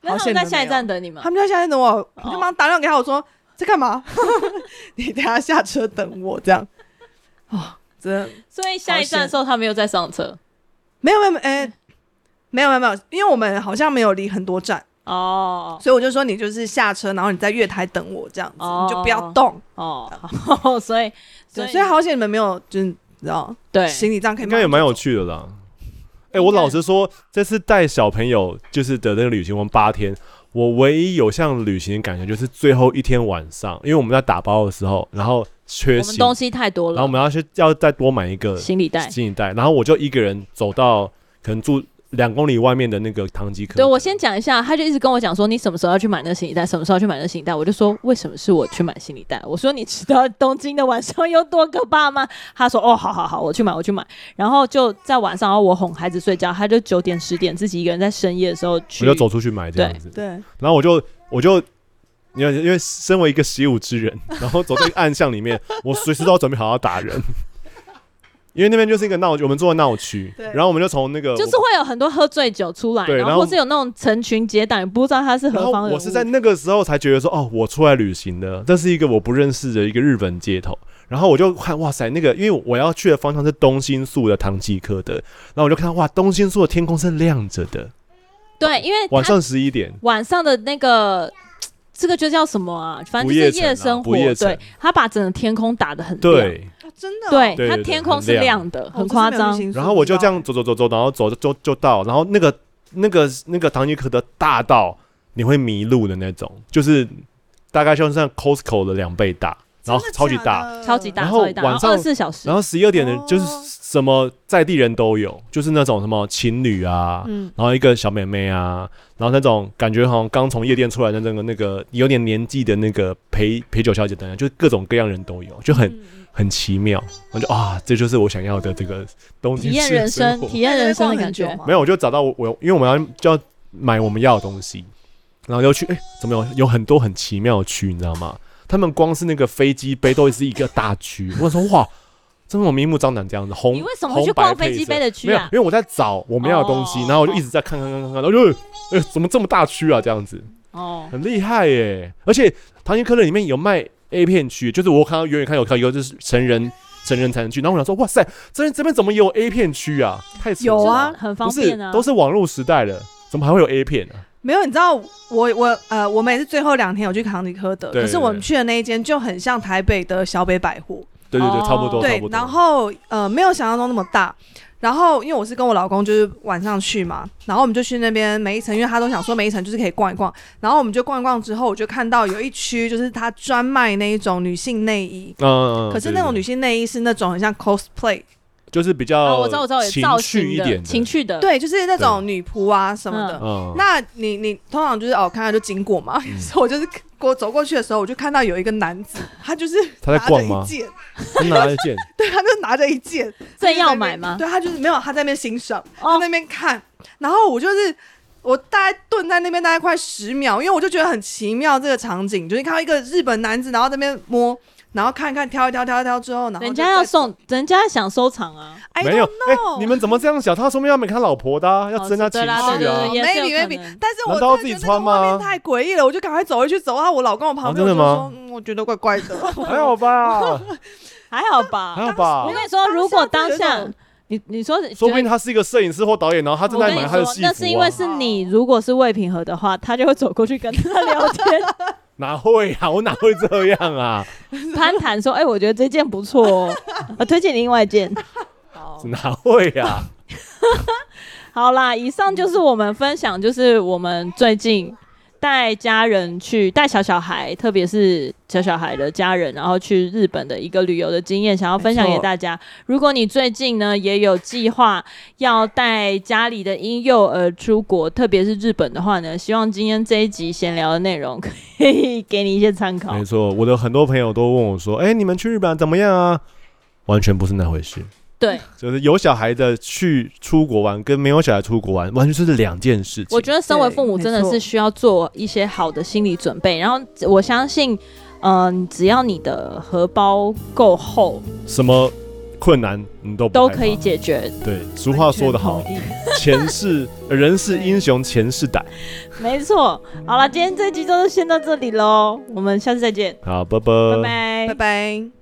那他们在下一站等你们
他，们就在下面等我，我就马上打电话给他，我
哦
说在干嘛？ 你等一下下车等我这样。哦，真的
所以下一站的时候他们又在上车
没有没有没有哎、没有没有没有，因为我们好像没有离很多站。
哦
所以我就说你就是下车，然后你在月台等我这样子，
哦
你就不要动。
哦， 好所以
对，所
所
以
以
好险你们没有，就是你知道
对
行李这样可以
应
慢慢
该也蛮有
走。
趣的啦。哎、我老实说，这次带小朋友就是的那个旅行，我们八天，我唯一有像旅行的感觉，就是最后一天晚上，因为我们在打包的时候，然后缺
我们
行，
东西太多
然后我
了，
们要去要再多买一个
行李袋。
行李袋，然后我就一个人走到可能住两公里外面的那个唐吉诃德。
对我先讲一下，他就一直跟我讲说，你什么时候要去买那个行李袋，什么时候要去买那个行李袋。我就说，为什么是我去买行李袋？我说，你知道东京的晚上有多可怕吗？他说，哦，好好好，我去买，我去买。然后就在晚上，然后我哄孩子睡觉，他就九点十点自己一个人在深夜的时候
我
去，
就走出去买这样子，
对，啊
然后我就我就。因为因为身为一个习武之人， 然后走在一个暗巷里面，我随时都要准备好要打人， 因为那边就是一个闹，我们住在闹区，
对
然后我们就从那个
就是会有很多喝醉酒出来，
对
然
然
后
后
或是有那种成群结党，也不知道他是
然
何
后
方人物。
我是在那个时候才觉得说，哦，我出来旅行的，这是一个我不认识的一个日本街头。然后我就看，哇塞，那个因为我要去的方向是东新宿的唐吉诃德，然后我就看到哇，东新宿的天空是亮着的，
对，因为他
晚上十一点，
晚上的那个。这个就叫什么啊？反正就
不夜
是
城
夜
啊
生活，
不夜城
对，他把整个天空打得很亮，
对。
哦真的哦，
对，
对
它
对对
天
很
空是
亮
亮的，
哦
很夸张。。
然后我就这样走走走走，然后走就就就到，然后那个那个那个唐吉诃德大到你会迷路的那种，就是大概就像 Costco 的两倍大，然后超级大，
超级大，
呃然后
超级大，
晚上
二十四小时
然，后十一二点的
哦
就是什么在地人都有，就是那种什么情侣啊，
嗯，
然后一个小妹妹啊，然后那种感觉好像刚从夜店出来的那个那个有点年纪的那个陪陪酒小姐等等，就是各种各样人都有，就
嗯
很很奇妙。我就啊，这就是我想要的这个东
体
京
验
式
人生，
活
体验人生的感
那你在逛很
觉
久。吗
没有，我就找到我我因为我们要就要买我们要的东西，然后就去哎、怎么有有很多很奇妙的区，你知道吗？他们光是那个飞机杯都是一个大区，我说哇，怎么明目张胆这样子？红
你为什么会去逛飞机杯？
红白配
的
色没
区
有
啊，？
因为我在找我们要的东西，
哦
然后我就一直在看看看看看，然后就哎、怎么这么大区啊？这样子
哦，
很厉害耶！而且唐吉诃德里面有卖 A 片区，就是我看到远远看有看到一个就是成人成人才能去，然后我想说哇塞，这这边怎么也有 A 片区啊？太扯了
有啊
真的很方
不
便
是
啊，，
都是网络时代了，怎么还会有 A 片呢、啊
没有，你知道我我呃，我们也是最后两天有去唐吉诃德，
对
可是我们去的那一间就很像台北的小北百货，
对对对，
哦
差不多，差
对
不，多。
然后呃，没有想象中那么大。然后因为我是跟我老公就是晚上去嘛，然后我们就去那边每一层，因为他都想说每一层就是可以逛一逛。然后我们就逛一逛之后，我就看到有一区就是他专卖那一种女性内衣，
嗯，嗯
可是那种女
对
性内衣是那种很像 cosplay
对就是比较
哦，我知道，我知道，有
呃情
造
趣
型
一点
的，
的
情，趣的，，
对，就是那种女仆啊什么的。
嗯，
那你你通常就是哦，看到就经过嘛， 所以我就是我走过去的时候，我就看到有一个男子，他就是
他在
拿着
逛
一
吗？
件，
他拿了一 件，
对，他就拿着一件，
这要买吗？
对他就是没有，他在那边欣赏，他
哦
在那边看，然后我就是。我大概蹲在那边大概快十秒，因为我就觉得很奇妙这个场景，就是看到一个日本男子，然后在那边摸，然后看一看，挑一挑，挑一挑之后，然后
人
就
家要
再
送，人家想收藏啊，
I
没有，
don't
哎、
know
你们怎么这样想？他说明要美他老婆的、啊，要
哦
增加
对
情
啦对
趣
对
啊
对。也是有
maybe
可
maybe，
能
但是我
难道
真
自己
的觉得那个
穿吗
画面太诡异了，我就赶快走回去走到我老公的旁边，
哦真的吗
我就说、嗯我觉得怪怪的。
还好 吧，
还好吧
还。好吧
我。跟你说，如果当
当下
下
就有一种
你你说，
说不定他是一个摄影师或导演，然后他正
我
在
跟你
买他的
说
戏，服、啊。
那是因为是你，如果是魏平和的话，他就会走过去跟他聊天，
哪会啊？我哪会这样啊？
攀谈说：“哎、我觉得这件不错哦，我推荐你另外一件。哦
好
哪会啊？”
好啦，以上就是我们分享，就是我们最近带家人去带小小孩，特别是小小孩的家人，然后去日本的一个旅游的经验，想要分享给大家。如果你最近呢也有计划要带家里的婴幼儿出国，特别是日本的话呢，希望今天这一集闲聊的内容可以给你一些参考
没。错，我的很多朋友都问我说：“哎、你们去日本怎么样啊？”完全不是那回事。
对，
就是有小孩的去出国玩，跟没有小孩出国玩，完全就是两件事情。
我觉得身为父母
对
真的
没错
是需要做一些好的心理准备，然后我相信，嗯、只要你的荷包够厚，
什么困难你都不
都
害怕
可以。解决。
对，俗话说得好
完，全同意
前世呃人是英雄，前世歹。
没错，好了，今天这集就先到这里喽，我们下次再见，
好，拜
拜
拜
拜
呃拜。拜。